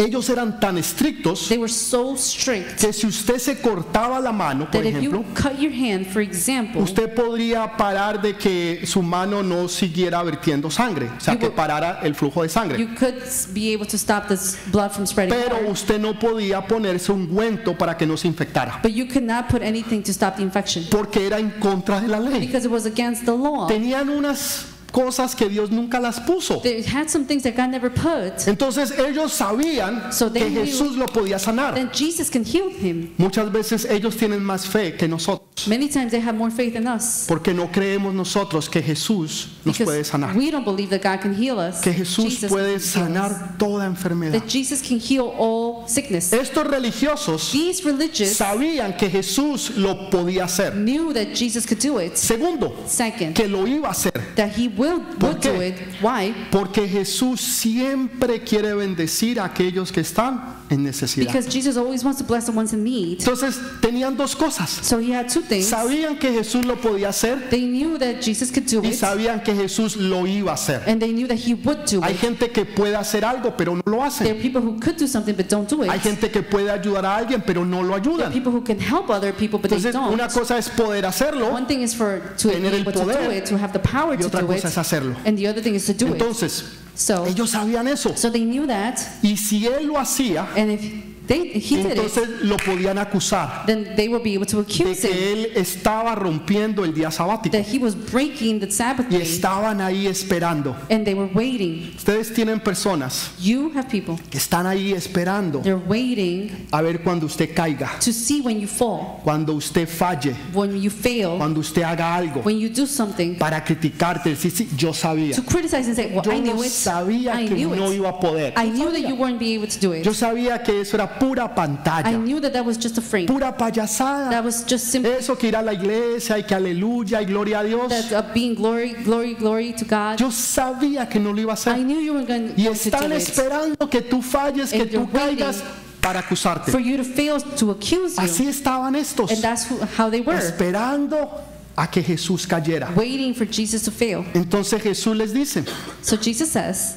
[SPEAKER 1] Ellos eran tan estrictos
[SPEAKER 2] They were so strict
[SPEAKER 1] que si usted se cortaba la mano, por
[SPEAKER 2] that if you
[SPEAKER 1] ejemplo,
[SPEAKER 2] cut your hand, for example,
[SPEAKER 1] usted podría parar de que su mano no siguiera vertiendo sangre, o sea, que parara el flujo de sangre.
[SPEAKER 2] you could s- be able to stop this blood from spreading.
[SPEAKER 1] Pero
[SPEAKER 2] out.
[SPEAKER 1] usted no podía ponerse ungüento para que no se infectara,
[SPEAKER 2] But you could not put anything to stop the infection
[SPEAKER 1] porque era en contra de la ley.
[SPEAKER 2] because it was against the law.
[SPEAKER 1] Tenían unas cosas que Dios nunca las puso.
[SPEAKER 2] They had some things that God never put.
[SPEAKER 1] Entonces ellos sabían
[SPEAKER 2] So they
[SPEAKER 1] que
[SPEAKER 2] knew-
[SPEAKER 1] Jesús lo podía sanar.
[SPEAKER 2] Then Jesus can heal him.
[SPEAKER 1] Muchas veces ellos tienen más fe que nosotros,
[SPEAKER 2] Many times they have more faith in us
[SPEAKER 1] porque no creemos nosotros que Jesús nos puede
[SPEAKER 2] because
[SPEAKER 1] sanar,
[SPEAKER 2] we don't believe that God can heal us.
[SPEAKER 1] que Jesús
[SPEAKER 2] Jesus
[SPEAKER 1] puede
[SPEAKER 2] can heal us.
[SPEAKER 1] sanar toda enfermedad.
[SPEAKER 2] That Jesus can heal all sickness.
[SPEAKER 1] Estos religiosos
[SPEAKER 2] These religious
[SPEAKER 1] sabían que Jesús lo podía hacer.
[SPEAKER 2] knew that Jesus could do it.
[SPEAKER 1] Segundo,
[SPEAKER 2] Second,
[SPEAKER 1] que lo iba a hacer,
[SPEAKER 2] that he will,
[SPEAKER 1] ¿Por
[SPEAKER 2] will do
[SPEAKER 1] qué?
[SPEAKER 2] it. Why?
[SPEAKER 1] porque Jesús siempre quiere bendecir a aquellos que están en necesidad.
[SPEAKER 2] Because Jesus always wants to bless the ones in need.
[SPEAKER 1] Entonces tenían dos cosas.
[SPEAKER 2] So he had two things.
[SPEAKER 1] Sabían que Jesús lo podía hacer
[SPEAKER 2] They knew that Jesus could do
[SPEAKER 1] y
[SPEAKER 2] it,
[SPEAKER 1] sabían que Jesús lo iba a hacer.
[SPEAKER 2] and they knew that he would do
[SPEAKER 1] Hay
[SPEAKER 2] it.
[SPEAKER 1] gente que puede hacer algo, pero no lo
[SPEAKER 2] There
[SPEAKER 1] hacen.
[SPEAKER 2] are people who could do something but don't do
[SPEAKER 1] Hay
[SPEAKER 2] it.
[SPEAKER 1] gente que puede ayudar a alguien, pero no lo
[SPEAKER 2] There are
[SPEAKER 1] ayudan.
[SPEAKER 2] people who can help other people but they
[SPEAKER 1] Entonces,
[SPEAKER 2] don't.
[SPEAKER 1] una cosa es poder hacerlo
[SPEAKER 2] One thing is for to
[SPEAKER 1] Tener
[SPEAKER 2] be
[SPEAKER 1] el
[SPEAKER 2] able to
[SPEAKER 1] poder,
[SPEAKER 2] do it, to have the power
[SPEAKER 1] y
[SPEAKER 2] to
[SPEAKER 1] otra
[SPEAKER 2] do
[SPEAKER 1] cosa es
[SPEAKER 2] it,
[SPEAKER 1] hacerlo.
[SPEAKER 2] and the other thing is to do it.
[SPEAKER 1] Entonces,
[SPEAKER 2] So,
[SPEAKER 1] ellos sabían eso.
[SPEAKER 2] so they knew that,
[SPEAKER 1] Y si él lo hacía,
[SPEAKER 2] and if they if he did it,
[SPEAKER 1] entonces lo podían acusar
[SPEAKER 2] then they will be able to
[SPEAKER 1] de
[SPEAKER 2] accuse him
[SPEAKER 1] que él estaba rompiendo el día sabático
[SPEAKER 2] that he was breaking the Sabbath
[SPEAKER 1] y
[SPEAKER 2] day,
[SPEAKER 1] estaban ahí esperando.
[SPEAKER 2] and they were waiting.
[SPEAKER 1] Ustedes tienen personas
[SPEAKER 2] You have people;
[SPEAKER 1] que están ahí esperando
[SPEAKER 2] they're waiting
[SPEAKER 1] a ver cuando usted caiga,
[SPEAKER 2] to see when you fall,
[SPEAKER 1] cuando usted falle,
[SPEAKER 2] when you fail,
[SPEAKER 1] cuando usted haga algo.
[SPEAKER 2] when you do something,
[SPEAKER 1] para criticarte, decir, sí, yo sabía.
[SPEAKER 2] to criticize and say, "Well,
[SPEAKER 1] Yo
[SPEAKER 2] I knew
[SPEAKER 1] no
[SPEAKER 2] it.
[SPEAKER 1] sabía
[SPEAKER 2] I
[SPEAKER 1] que
[SPEAKER 2] knew
[SPEAKER 1] no
[SPEAKER 2] it.
[SPEAKER 1] iba a poder.
[SPEAKER 2] I knew that you weren't be able to do it.
[SPEAKER 1] Yo sabía que eso era pura
[SPEAKER 2] I
[SPEAKER 1] pantalla,
[SPEAKER 2] knew that that was just a frame.
[SPEAKER 1] pura payasada.
[SPEAKER 2] That was just simply."
[SPEAKER 1] Eso que ir a la iglesia y que aleluya y gloria a Dios.
[SPEAKER 2] that of being glory, glory, glory to God.
[SPEAKER 1] Yo sabía que no lo iba a
[SPEAKER 2] I
[SPEAKER 1] hacer.
[SPEAKER 2] knew you were going,
[SPEAKER 1] Y
[SPEAKER 2] going to do
[SPEAKER 1] están
[SPEAKER 2] it.
[SPEAKER 1] esperando que tú falles, que
[SPEAKER 2] And you're
[SPEAKER 1] tú caigas para
[SPEAKER 2] For
[SPEAKER 1] acusarte.
[SPEAKER 2] you to fail to accuse you.
[SPEAKER 1] Así estaban estos,
[SPEAKER 2] And that's who, how they were.
[SPEAKER 1] esperando a que Jesús cayera.
[SPEAKER 2] Waiting for Jesus to fail.
[SPEAKER 1] Entonces Jesús les dice,
[SPEAKER 2] So Jesus says,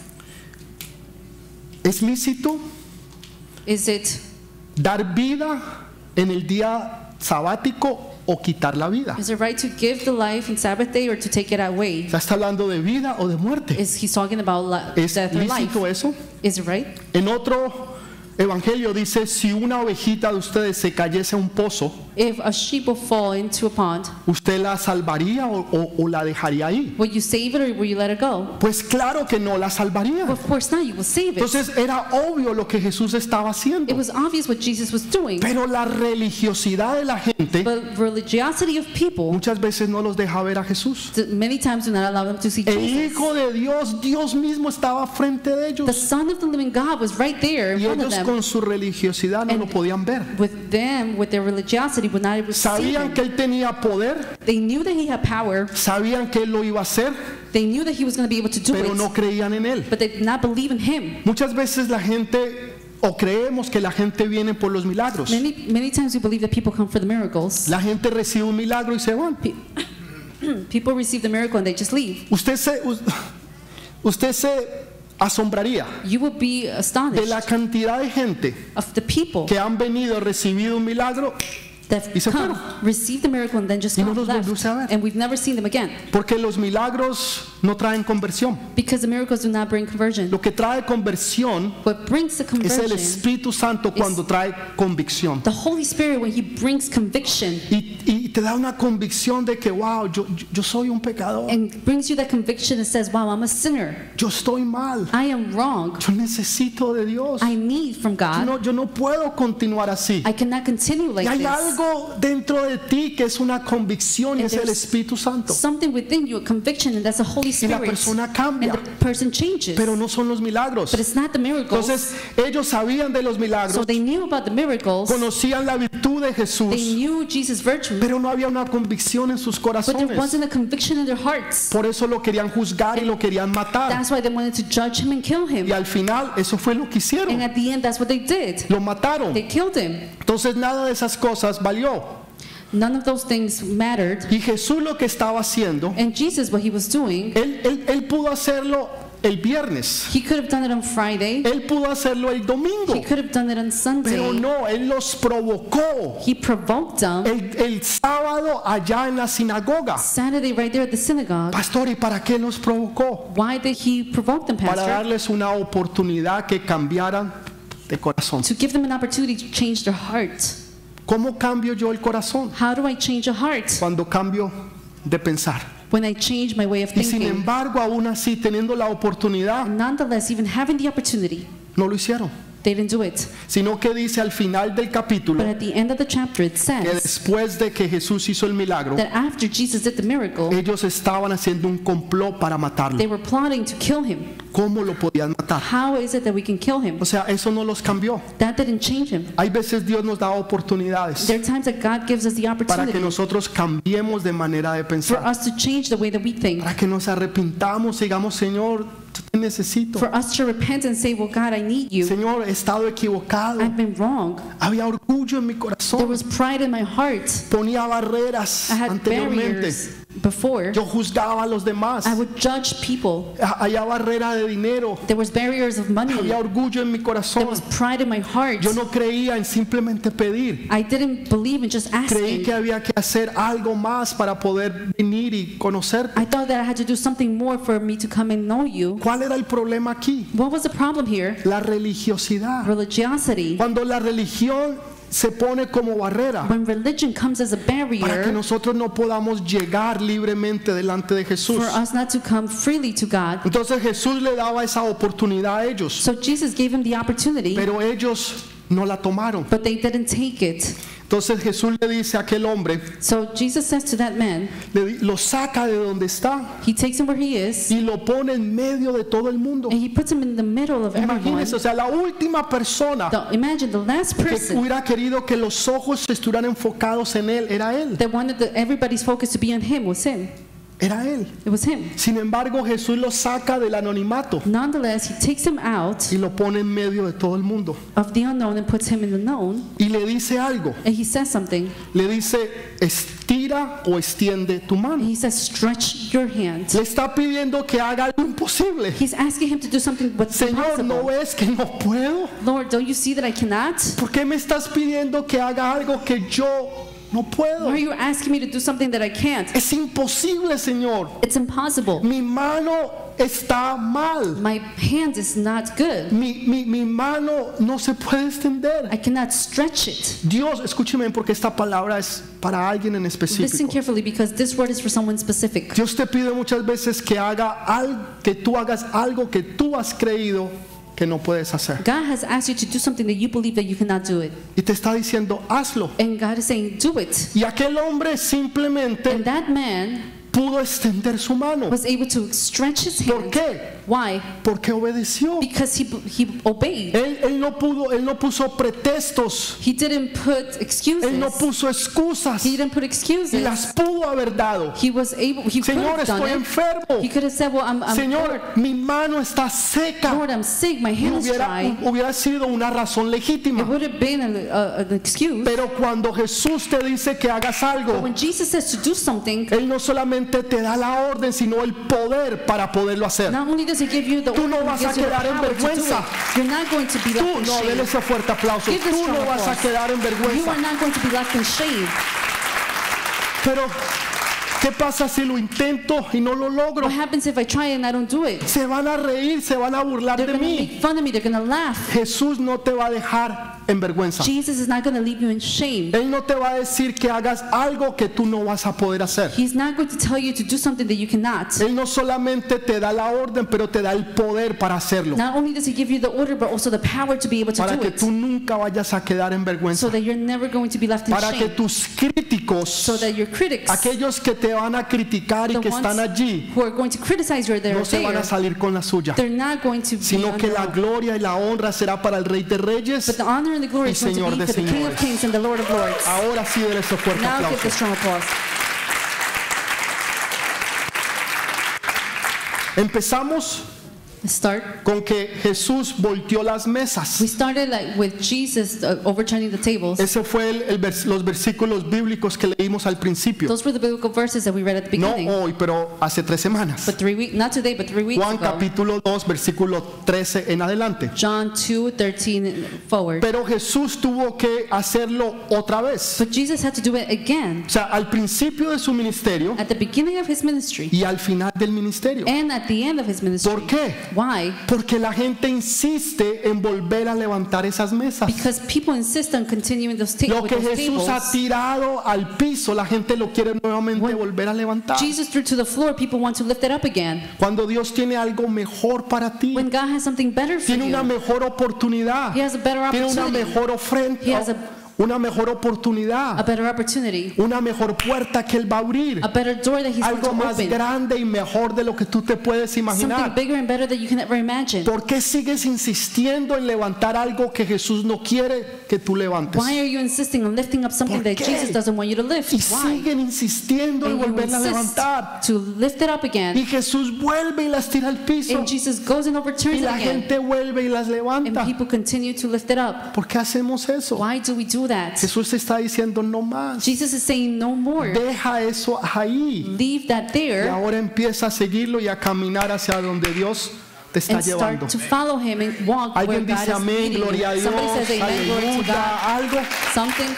[SPEAKER 1] ¿es lícito
[SPEAKER 2] Is it
[SPEAKER 1] dar vida en el día sabático o quitar la vida?
[SPEAKER 2] is it right to give the life in Sabbath day or to take it away?
[SPEAKER 1] Ya está hablando de vida o de muerte.
[SPEAKER 2] Is he's talking about li-
[SPEAKER 1] ¿Es
[SPEAKER 2] death or life?
[SPEAKER 1] lícito eso?
[SPEAKER 2] Is it right?
[SPEAKER 1] En otro evangelio dice, si una ovejita de ustedes se cayese a un pozo,
[SPEAKER 2] If a sheep will fall into a pond,
[SPEAKER 1] ¿usted la salvaría o, o- o la dejaría ahí?
[SPEAKER 2] will you save it or will you let it go?
[SPEAKER 1] Pues claro que no la salvaría.
[SPEAKER 2] Well, of course not. You will save it.
[SPEAKER 1] Entonces era obvio lo que Jesús estaba
[SPEAKER 2] It
[SPEAKER 1] haciendo.
[SPEAKER 2] was obvious what Jesus was doing,
[SPEAKER 1] Pero la religiosidad de la gente
[SPEAKER 2] but religiosity of people
[SPEAKER 1] muchas veces no los deja ver a Jesús.
[SPEAKER 2] that many times do not allow them to see
[SPEAKER 1] El
[SPEAKER 2] Jesus.
[SPEAKER 1] Hijo de Dios, Dios mismo estaba frente de
[SPEAKER 2] The
[SPEAKER 1] ellos.
[SPEAKER 2] Son of the Living God was right there in
[SPEAKER 1] Y
[SPEAKER 2] front of
[SPEAKER 1] ellos
[SPEAKER 2] them.
[SPEAKER 1] con su religiosidad no lo podían ver.
[SPEAKER 2] With them, with their religiosity, would not able to see
[SPEAKER 1] Sabían
[SPEAKER 2] him.
[SPEAKER 1] que él tenía poder,
[SPEAKER 2] They knew that he had power.
[SPEAKER 1] Sabían que él lo iba a hacer,
[SPEAKER 2] They knew that he was going to be able to do
[SPEAKER 1] pero
[SPEAKER 2] it,
[SPEAKER 1] no creían en él.
[SPEAKER 2] but they did not believe in him.
[SPEAKER 1] Muchas veces la gente o creemos que la gente viene por los milagros.
[SPEAKER 2] Many, many times we believe that people come for the miracles.
[SPEAKER 1] La gente recibe un milagro y se van.
[SPEAKER 2] Pe- people receive the miracle and they just leave.
[SPEAKER 1] Usted se us- usted se asombraría
[SPEAKER 2] You will be
[SPEAKER 1] de
[SPEAKER 2] astonished
[SPEAKER 1] la cantidad de gente
[SPEAKER 2] of the people
[SPEAKER 1] que han venido recibido un milagro
[SPEAKER 2] that
[SPEAKER 1] y se
[SPEAKER 2] come, receive the miracle, and then just
[SPEAKER 1] Y no
[SPEAKER 2] come
[SPEAKER 1] los
[SPEAKER 2] left,
[SPEAKER 1] volvimos a ver.
[SPEAKER 2] and we've never seen them again
[SPEAKER 1] porque los milagros no traen conversión.
[SPEAKER 2] because the miracles do not bring conversion.
[SPEAKER 1] Lo que trae conversión
[SPEAKER 2] What brings the
[SPEAKER 1] es el
[SPEAKER 2] conversion?
[SPEAKER 1] Espíritu Santo cuando trae convicción.
[SPEAKER 2] The Holy Spirit when He brings conviction.
[SPEAKER 1] Y, y te da una convicción de que, wow, yo, yo- yo soy un pecador,
[SPEAKER 2] and brings you that conviction and says, Wow, I'm a sinner.
[SPEAKER 1] yo estoy mal,
[SPEAKER 2] I am wrong.
[SPEAKER 1] yo necesito de Dios,
[SPEAKER 2] I need from
[SPEAKER 1] yo
[SPEAKER 2] God.
[SPEAKER 1] no, yo no puedo continuar así.
[SPEAKER 2] I cannot continue
[SPEAKER 1] Y
[SPEAKER 2] like
[SPEAKER 1] hay
[SPEAKER 2] this.
[SPEAKER 1] algo dentro de ti que es una convicción y
[SPEAKER 2] And
[SPEAKER 1] es el
[SPEAKER 2] there's
[SPEAKER 1] Espíritu Santo.
[SPEAKER 2] Something within you, a conviction, and that's the Holy
[SPEAKER 1] Y la
[SPEAKER 2] Spirit.
[SPEAKER 1] persona
[SPEAKER 2] And
[SPEAKER 1] cambia,
[SPEAKER 2] the person changes.
[SPEAKER 1] pero no son los milagros.
[SPEAKER 2] But it's not the miracles.
[SPEAKER 1] Entonces, ellos sabían de los
[SPEAKER 2] so
[SPEAKER 1] milagros,
[SPEAKER 2] they knew about the miracles.
[SPEAKER 1] conocían la virtud de Pues
[SPEAKER 2] They
[SPEAKER 1] Jesús,
[SPEAKER 2] knew Jesus' virtue.
[SPEAKER 1] pero no había una convicción en sus
[SPEAKER 2] But there
[SPEAKER 1] corazones.
[SPEAKER 2] wasn't a conviction in their hearts.
[SPEAKER 1] Por eso lo querían juzgar y lo querían matar.
[SPEAKER 2] That's why they wanted to judge him and kill
[SPEAKER 1] Y
[SPEAKER 2] him.
[SPEAKER 1] al final, eso fue lo que
[SPEAKER 2] And
[SPEAKER 1] hicieron.
[SPEAKER 2] at the end, that's what they did.
[SPEAKER 1] Lo mataron.
[SPEAKER 2] They killed him.
[SPEAKER 1] Entonces, nada de esas cosas valió.
[SPEAKER 2] None of those things mattered.
[SPEAKER 1] Y Jesús lo que estaba haciendo,
[SPEAKER 2] And Jesus, what he was doing,
[SPEAKER 1] él, él, él pudo hacerlo el viernes,
[SPEAKER 2] he could have done it on Friday.
[SPEAKER 1] él pudo hacerlo el domingo,
[SPEAKER 2] He could have done it on
[SPEAKER 1] pero
[SPEAKER 2] Sunday.
[SPEAKER 1] no, él los provocó
[SPEAKER 2] He provoked them
[SPEAKER 1] el, el sábado allá en la sinagoga.
[SPEAKER 2] Saturday right there at the synagogue.
[SPEAKER 1] Pastor, ¿y para qué los provocó?
[SPEAKER 2] Why did he provoke them,
[SPEAKER 1] para
[SPEAKER 2] Pastor?
[SPEAKER 1] darles una oportunidad que cambiaran de corazón.
[SPEAKER 2] To give them an opportunity to change their heart.
[SPEAKER 1] ¿Cómo cambio yo el corazón?
[SPEAKER 2] How do I change a heart?
[SPEAKER 1] Cuando cambio de pensar.
[SPEAKER 2] When I change my way of
[SPEAKER 1] Y sin
[SPEAKER 2] thinking.
[SPEAKER 1] embargo, aún así, teniendo la oportunidad,
[SPEAKER 2] Nonetheless, even having the opportunity,
[SPEAKER 1] no lo hicieron.
[SPEAKER 2] they didn't do it.
[SPEAKER 1] Sino que dice al final del
[SPEAKER 2] But
[SPEAKER 1] capítulo
[SPEAKER 2] at the end of the chapter, it
[SPEAKER 1] que
[SPEAKER 2] says
[SPEAKER 1] después de que Jesús hizo el milagro,
[SPEAKER 2] that after Jesus did the miracle,
[SPEAKER 1] ellos estaban haciendo un complot para matarlo.
[SPEAKER 2] they were plotting to kill him.
[SPEAKER 1] ¿Cómo lo podían matar?
[SPEAKER 2] How is it that we can kill him?
[SPEAKER 1] O sea, eso no los cambió.
[SPEAKER 2] That didn't change him.
[SPEAKER 1] Hay veces Dios nos da oportunidades
[SPEAKER 2] There are times that God gives us the
[SPEAKER 1] para que
[SPEAKER 2] opportunity
[SPEAKER 1] nosotros cambiemos de manera de
[SPEAKER 2] for
[SPEAKER 1] pensar.
[SPEAKER 2] us to change the way that we think,
[SPEAKER 1] para que nos arrepintamos y digamos, Señor, yo te necesito.
[SPEAKER 2] for us to repent and say, Well, God, I need you.
[SPEAKER 1] Señor, he estado equivocado.
[SPEAKER 2] I've been wrong.
[SPEAKER 1] Había orgullo en mi
[SPEAKER 2] There
[SPEAKER 1] corazón.
[SPEAKER 2] was pride in my heart.
[SPEAKER 1] Ponía barreras
[SPEAKER 2] I had
[SPEAKER 1] anteriormente.
[SPEAKER 2] barriers before.
[SPEAKER 1] Yo juzgaba a los demás.
[SPEAKER 2] I would judge people.
[SPEAKER 1] Ha- Había barrera de dinero.
[SPEAKER 2] There was barriers of money.
[SPEAKER 1] Había orgullo en mi
[SPEAKER 2] There
[SPEAKER 1] corazón.
[SPEAKER 2] was pride in my heart.
[SPEAKER 1] Yo no creía en simplemente pedir.
[SPEAKER 2] I didn't believe in just
[SPEAKER 1] Creí que
[SPEAKER 2] asking.
[SPEAKER 1] había que hacer algo más para poder venir y conocer.
[SPEAKER 2] I thought that I had to do something more for me to come and know you.
[SPEAKER 1] ¿Cuál era el problema aquí?
[SPEAKER 2] What was the problem here?
[SPEAKER 1] La religiosidad.
[SPEAKER 2] Religiosity.
[SPEAKER 1] Cuando la religión se pone como barrera.
[SPEAKER 2] When religion comes as a
[SPEAKER 1] para que
[SPEAKER 2] barrier
[SPEAKER 1] nosotros no podamos llegar libremente delante de Jesús.
[SPEAKER 2] for us not to come freely to God.
[SPEAKER 1] Entonces Jesús le daba esa oportunidad a ellos,
[SPEAKER 2] So Jesus gave him the opportunity,
[SPEAKER 1] pero ellos no la tomaron.
[SPEAKER 2] but they didn't take it.
[SPEAKER 1] Entonces Jesús le dice a aquel hombre,
[SPEAKER 2] So Jesus says to that man,
[SPEAKER 1] le di- lo saca de donde está
[SPEAKER 2] he takes him where he is
[SPEAKER 1] y lo pone en medio de todo el mundo.
[SPEAKER 2] and he puts him in the middle of everyone.
[SPEAKER 1] Imagínense, o sea, la última persona
[SPEAKER 2] The- imagine the last
[SPEAKER 1] que
[SPEAKER 2] person
[SPEAKER 1] hubiera querido que los ojos estuvieran enfocados en él, era él,
[SPEAKER 2] that wanted the, everybody's focus to be on him was him.
[SPEAKER 1] era él.
[SPEAKER 2] It was him.
[SPEAKER 1] Sin embargo, Jesús lo saca del anonimato
[SPEAKER 2] Nonetheless, he takes him out
[SPEAKER 1] y lo pone en medio de todo el mundo.
[SPEAKER 2] of the unknown and puts him in the known,
[SPEAKER 1] Y le dice algo.
[SPEAKER 2] and he says something.
[SPEAKER 1] le dice, estira o extiende tu
[SPEAKER 2] And
[SPEAKER 1] mano.
[SPEAKER 2] he says, "Stretch your hand."
[SPEAKER 1] Le está pidiendo que haga algo imposible.
[SPEAKER 2] He's asking him to do something what's
[SPEAKER 1] Señor, ¿no
[SPEAKER 2] impossible.
[SPEAKER 1] ves que no puedo?
[SPEAKER 2] Lord, don't you see that I cannot?
[SPEAKER 1] ¿Por qué me estás pidiendo que haga algo que yo no puedo?
[SPEAKER 2] Why are you asking me to do something that I can't?
[SPEAKER 1] Es imposible, Señor.
[SPEAKER 2] It's impossible.
[SPEAKER 1] Mi mano está mal.
[SPEAKER 2] My hand is not good.
[SPEAKER 1] Mi, mi- mi mano no se puede extender.
[SPEAKER 2] I cannot stretch it.
[SPEAKER 1] Dios, escúcheme porque esta palabra es para alguien en
[SPEAKER 2] Listen
[SPEAKER 1] específico.
[SPEAKER 2] carefully because this word is for someone specific.
[SPEAKER 1] Dios te pide muchas veces que, haga al, que tú hagas algo que tú has creído que no puedes hacer.
[SPEAKER 2] God has asked you to do something that you believe that you cannot do it.
[SPEAKER 1] y te está diciendo hazlo.
[SPEAKER 2] And God is saying, do it.
[SPEAKER 1] Y aquel hombre simplemente
[SPEAKER 2] And that man
[SPEAKER 1] pudo extender su mano.
[SPEAKER 2] was able to stretch his
[SPEAKER 1] ¿Por
[SPEAKER 2] hand.
[SPEAKER 1] qué?
[SPEAKER 2] Why?
[SPEAKER 1] Porque obedeció.
[SPEAKER 2] Because he, he obeyed.
[SPEAKER 1] Él, él no pudo, él no puso pretextos,
[SPEAKER 2] He didn't put excuses.
[SPEAKER 1] él no puso excusas
[SPEAKER 2] He didn't put
[SPEAKER 1] y
[SPEAKER 2] excuses.
[SPEAKER 1] las pudo haber dado.
[SPEAKER 2] He was able, he could
[SPEAKER 1] Señor,
[SPEAKER 2] have done
[SPEAKER 1] estoy
[SPEAKER 2] it. He
[SPEAKER 1] enfermo.
[SPEAKER 2] could have said, well, I'm, I'm bored.
[SPEAKER 1] Señor, mi mano está seca.
[SPEAKER 2] Lord, I'm sick. My
[SPEAKER 1] Y
[SPEAKER 2] hand is
[SPEAKER 1] hubiera,
[SPEAKER 2] dry.
[SPEAKER 1] hubiera sido una razón
[SPEAKER 2] It
[SPEAKER 1] legítima.
[SPEAKER 2] would have been an, uh, an excuse.
[SPEAKER 1] Pero cuando Jesús te dice que hagas algo,
[SPEAKER 2] When Jesus says to do something,
[SPEAKER 1] Él no solamente te da la orden, sino el poder para poderlo hacer.
[SPEAKER 2] not only does He give you the
[SPEAKER 1] Tú no
[SPEAKER 2] order,
[SPEAKER 1] vas
[SPEAKER 2] He gives
[SPEAKER 1] a
[SPEAKER 2] you the
[SPEAKER 1] quedar en
[SPEAKER 2] power to do
[SPEAKER 1] vergüenza.
[SPEAKER 2] it. You're not going to be
[SPEAKER 1] Tú
[SPEAKER 2] left in
[SPEAKER 1] no, dele
[SPEAKER 2] shame.
[SPEAKER 1] ese fuerte aplauso.
[SPEAKER 2] Give this
[SPEAKER 1] Tú no
[SPEAKER 2] strong
[SPEAKER 1] vas a
[SPEAKER 2] applause.
[SPEAKER 1] quedar en
[SPEAKER 2] You
[SPEAKER 1] vergüenza.
[SPEAKER 2] are not going to be left in shame.
[SPEAKER 1] Pero, ¿qué pasa si lo intento y no lo logro?
[SPEAKER 2] What happens if I try and I don't do it?
[SPEAKER 1] Se van a reír, se van a burlar
[SPEAKER 2] They're
[SPEAKER 1] de
[SPEAKER 2] going to
[SPEAKER 1] mí.
[SPEAKER 2] make fun of me. They're going to laugh.
[SPEAKER 1] Jesús no te va a dejar en vergüenza.
[SPEAKER 2] Jesus is not going to leave you in shame.
[SPEAKER 1] Él no te va a decir que hagas algo que tú no vas a poder hacer.
[SPEAKER 2] He's not going to tell you to do something that you cannot.
[SPEAKER 1] Él no solamente te da la orden, pero te da el poder para hacerlo.
[SPEAKER 2] Not only does he give you the order, but also the power to be able to
[SPEAKER 1] Para
[SPEAKER 2] do
[SPEAKER 1] que tú
[SPEAKER 2] it.
[SPEAKER 1] nunca vayas a quedar en vergüenza.
[SPEAKER 2] So that you're never going to be left in
[SPEAKER 1] Para que
[SPEAKER 2] shame.
[SPEAKER 1] tus
[SPEAKER 2] So
[SPEAKER 1] críticos,
[SPEAKER 2] that your critics,
[SPEAKER 1] aquellos que te van a criticar y
[SPEAKER 2] the
[SPEAKER 1] que
[SPEAKER 2] ones
[SPEAKER 1] están allí,
[SPEAKER 2] who are going to criticize you, they're
[SPEAKER 1] no se van
[SPEAKER 2] there,
[SPEAKER 1] a salir con la suya,
[SPEAKER 2] they're not going to be
[SPEAKER 1] sino
[SPEAKER 2] on
[SPEAKER 1] que
[SPEAKER 2] their
[SPEAKER 1] la
[SPEAKER 2] own.
[SPEAKER 1] gloria y la honra será para el Rey de
[SPEAKER 2] But
[SPEAKER 1] Reyes.
[SPEAKER 2] the honor and the glory
[SPEAKER 1] y
[SPEAKER 2] is going
[SPEAKER 1] Señor
[SPEAKER 2] to
[SPEAKER 1] de
[SPEAKER 2] be for the King of
[SPEAKER 1] señores.
[SPEAKER 2] Kings and the Lord of Lords.
[SPEAKER 1] Ahora sí, denle ese fuerte
[SPEAKER 2] Now give
[SPEAKER 1] aplauso.
[SPEAKER 2] the strong applause.
[SPEAKER 1] Empezamos
[SPEAKER 2] Let's start.
[SPEAKER 1] con que Jesús volteó las
[SPEAKER 2] We
[SPEAKER 1] mesas.
[SPEAKER 2] started like with Jesus uh, overturning the tables.
[SPEAKER 1] Ese fue el- el vers- los versículos bíblicos que leímos al principio.
[SPEAKER 2] Those were the biblical verses that we read at the
[SPEAKER 1] No
[SPEAKER 2] beginning.
[SPEAKER 1] hoy, pero hace tres semanas.
[SPEAKER 2] But three weeks, not today, but three weeks
[SPEAKER 1] Juan
[SPEAKER 2] ago.
[SPEAKER 1] capítulo 2, versículo 13 en adelante.
[SPEAKER 2] John 2, 13 forward.
[SPEAKER 1] Pero Jesús tuvo que hacerlo otra vez.
[SPEAKER 2] But Jesus had to do it again
[SPEAKER 1] O sea, al principio de su ministerio
[SPEAKER 2] at the beginning of his ministry
[SPEAKER 1] y al final del ministerio.
[SPEAKER 2] and at the end of his ministry.
[SPEAKER 1] ¿Por qué?
[SPEAKER 2] Why?
[SPEAKER 1] Porque la gente insiste en volver a levantar esas mesas.
[SPEAKER 2] Because people insist on continuing those, ta-
[SPEAKER 1] Lo
[SPEAKER 2] with
[SPEAKER 1] que
[SPEAKER 2] those
[SPEAKER 1] Jesús ha
[SPEAKER 2] tables.
[SPEAKER 1] tirado al piso, la gente lo quiere nuevamente volver a levantar.
[SPEAKER 2] Jesus threw to the floor, people want to lift it up again.
[SPEAKER 1] Cuando Dios tiene algo mejor para ti,
[SPEAKER 2] When God has something better for
[SPEAKER 1] tiene una
[SPEAKER 2] you,
[SPEAKER 1] mejor oportunidad,
[SPEAKER 2] He has a better
[SPEAKER 1] tiene una
[SPEAKER 2] opportunity.
[SPEAKER 1] mejor
[SPEAKER 2] He has
[SPEAKER 1] ofrenda,
[SPEAKER 2] a-
[SPEAKER 1] una mejor oportunidad.
[SPEAKER 2] a better opportunity,
[SPEAKER 1] una mejor puerta que Él va a abrir,
[SPEAKER 2] a better door that He's going
[SPEAKER 1] algo
[SPEAKER 2] to
[SPEAKER 1] más
[SPEAKER 2] open,
[SPEAKER 1] grande y mejor de lo que tú te puedes
[SPEAKER 2] something
[SPEAKER 1] imaginar.
[SPEAKER 2] bigger and better that you can ever imagine.
[SPEAKER 1] ¿Por qué sigues insistiendo en levantar algo que Jesús no quiere que tú levantes?
[SPEAKER 2] Why are you insisting on lifting up something
[SPEAKER 1] ¿Por
[SPEAKER 2] that
[SPEAKER 1] qué?
[SPEAKER 2] Jesus doesn't want you to lift?
[SPEAKER 1] Y
[SPEAKER 2] Why?
[SPEAKER 1] siguen insistiendo en
[SPEAKER 2] And you
[SPEAKER 1] volverla a
[SPEAKER 2] insist
[SPEAKER 1] levantar.
[SPEAKER 2] to lift it up
[SPEAKER 1] Y
[SPEAKER 2] again,
[SPEAKER 1] Jesús vuelve y las tira al piso.
[SPEAKER 2] and Jesus goes and
[SPEAKER 1] Y
[SPEAKER 2] overturns it
[SPEAKER 1] la
[SPEAKER 2] again,
[SPEAKER 1] gente vuelve y las
[SPEAKER 2] and
[SPEAKER 1] levanta.
[SPEAKER 2] people continue to lift it up.
[SPEAKER 1] ¿Por qué hacemos eso?
[SPEAKER 2] Why do we do that?
[SPEAKER 1] Jesús te está diciendo no más.
[SPEAKER 2] Jesus is saying no more.
[SPEAKER 1] Deja eso ahí.
[SPEAKER 2] Leave that
[SPEAKER 1] Y
[SPEAKER 2] there
[SPEAKER 1] ahora empieza a seguirlo y a caminar hacia donde Dios te está
[SPEAKER 2] and
[SPEAKER 1] llevando.
[SPEAKER 2] start to follow Him and walk where
[SPEAKER 1] Alguien
[SPEAKER 2] God
[SPEAKER 1] dice
[SPEAKER 2] is
[SPEAKER 1] amén,
[SPEAKER 2] leading you.
[SPEAKER 1] gloria a Dios,
[SPEAKER 2] Somebody says amen, glory to God.
[SPEAKER 1] aleluya, algo.
[SPEAKER 2] Something.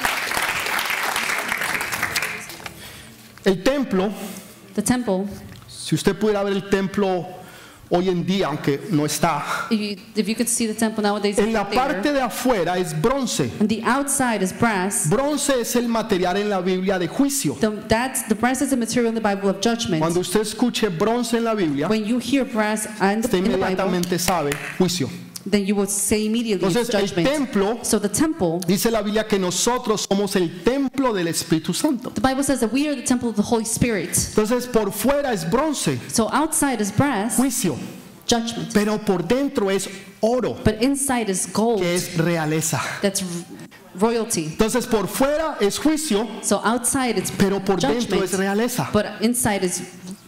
[SPEAKER 1] El templo,
[SPEAKER 2] The temple.
[SPEAKER 1] si usted pudiera ver el templo hoy en día, aunque no está,
[SPEAKER 2] If you, if you could see the temple nowadays,
[SPEAKER 1] en
[SPEAKER 2] it's
[SPEAKER 1] la
[SPEAKER 2] there.
[SPEAKER 1] parte de afuera es bronce.
[SPEAKER 2] and the outside is brass.
[SPEAKER 1] Bronce es el material en la Biblia de juicio.
[SPEAKER 2] The, that's, the brass is the material in the Bible of judgment.
[SPEAKER 1] Cuando usted escuche bronce en la Biblia,
[SPEAKER 2] When you hear brass and
[SPEAKER 1] usted
[SPEAKER 2] in the Pues, Bible,
[SPEAKER 1] inmediatamente sabe juicio.
[SPEAKER 2] then you will say immediately it's
[SPEAKER 1] Entonces, el
[SPEAKER 2] judgment.
[SPEAKER 1] templo
[SPEAKER 2] so the temple,
[SPEAKER 1] dice la Biblia que nosotros somos el templo del Espíritu Santo.
[SPEAKER 2] the Bible says that we are the temple of the Holy Spirit.
[SPEAKER 1] Entonces, por fuera es bronce,
[SPEAKER 2] So outside is brass,
[SPEAKER 1] juicio,
[SPEAKER 2] judgment,
[SPEAKER 1] pero por dentro es oro,
[SPEAKER 2] but inside is gold.
[SPEAKER 1] que es realeza.
[SPEAKER 2] That's r- royalty.
[SPEAKER 1] Entonces por fuera es juicio,
[SPEAKER 2] So outside it's
[SPEAKER 1] pero por dentro
[SPEAKER 2] judgment,
[SPEAKER 1] es realeza.
[SPEAKER 2] but inside is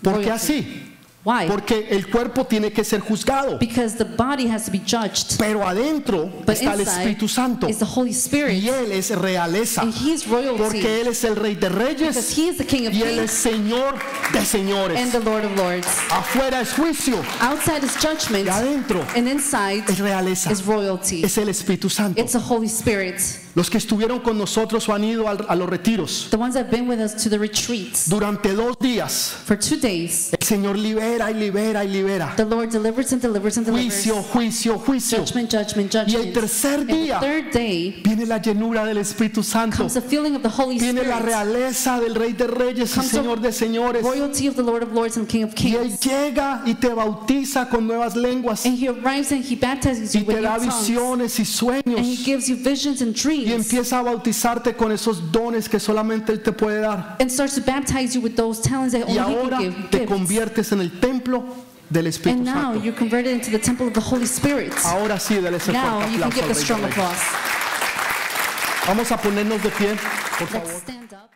[SPEAKER 1] ¿Por
[SPEAKER 2] royalty.
[SPEAKER 1] qué así?
[SPEAKER 2] Why?
[SPEAKER 1] Porque el cuerpo tiene que ser juzgado,
[SPEAKER 2] because the body has to be judged,
[SPEAKER 1] pero adentro
[SPEAKER 2] but
[SPEAKER 1] está el
[SPEAKER 2] Pues inside
[SPEAKER 1] Espíritu Santo
[SPEAKER 2] is the Holy Spirit,
[SPEAKER 1] y Él es realeza,
[SPEAKER 2] and He is royalty
[SPEAKER 1] porque Él es el Rey de
[SPEAKER 2] because
[SPEAKER 1] Reyes
[SPEAKER 2] He is the King of
[SPEAKER 1] y Él es
[SPEAKER 2] Kings
[SPEAKER 1] Señor de
[SPEAKER 2] and
[SPEAKER 1] Señores.
[SPEAKER 2] the Lord of Lords.
[SPEAKER 1] Afuera es juicio
[SPEAKER 2] Outside is judgment,
[SPEAKER 1] y adentro
[SPEAKER 2] and inside
[SPEAKER 1] es realeza,
[SPEAKER 2] is royalty.
[SPEAKER 1] es el Espíritu Santo.
[SPEAKER 2] It's the Holy Spirit.
[SPEAKER 1] Los que estuvieron con nosotros o han ido al- a los retiros
[SPEAKER 2] The ones that have been with us to the retreats
[SPEAKER 1] durante dos días.
[SPEAKER 2] for two days,
[SPEAKER 1] El Señor libera y libera y libera.
[SPEAKER 2] the Lord delivers and delivers and delivers.
[SPEAKER 1] Juicio, juicio, juicio.
[SPEAKER 2] Judgment, judgment,
[SPEAKER 1] Y
[SPEAKER 2] judgment.
[SPEAKER 1] el tercer
[SPEAKER 2] And the
[SPEAKER 1] día
[SPEAKER 2] third day
[SPEAKER 1] viene la llenura del Espíritu Santo.
[SPEAKER 2] comes the feeling of the Holy
[SPEAKER 1] Viene la
[SPEAKER 2] Spirit,
[SPEAKER 1] realeza del Rey de Reyes y
[SPEAKER 2] Comes the
[SPEAKER 1] Señor de Señores.
[SPEAKER 2] royalty of the Lord of Lords and King of
[SPEAKER 1] Y Él
[SPEAKER 2] Kings.
[SPEAKER 1] llega y te bautiza con nuevas lenguas.
[SPEAKER 2] And He arrives and He baptizes
[SPEAKER 1] Y
[SPEAKER 2] you with
[SPEAKER 1] te
[SPEAKER 2] new
[SPEAKER 1] da
[SPEAKER 2] tongues.
[SPEAKER 1] visiones y
[SPEAKER 2] And He
[SPEAKER 1] sueños.
[SPEAKER 2] gives you visions and
[SPEAKER 1] Y
[SPEAKER 2] dreams
[SPEAKER 1] empieza a bautizarte con esos dones que solamente Él te puede dar.
[SPEAKER 2] and starts to baptize you with those talents that
[SPEAKER 1] Y
[SPEAKER 2] only He
[SPEAKER 1] ahora
[SPEAKER 2] can give.
[SPEAKER 1] te
[SPEAKER 2] gifts.
[SPEAKER 1] conviertes en el templo del
[SPEAKER 2] And
[SPEAKER 1] Espíritu
[SPEAKER 2] now
[SPEAKER 1] Santo.
[SPEAKER 2] you're converted into the temple of the Holy Spirit.
[SPEAKER 1] Ahora sí, dale ese
[SPEAKER 2] Now
[SPEAKER 1] fuerte
[SPEAKER 2] you can
[SPEAKER 1] aplauso al
[SPEAKER 2] give a
[SPEAKER 1] Rey de
[SPEAKER 2] strong
[SPEAKER 1] Reyes.
[SPEAKER 2] applause.
[SPEAKER 1] Vamos a ponernos de pie, por favor.
[SPEAKER 2] Let's stand up.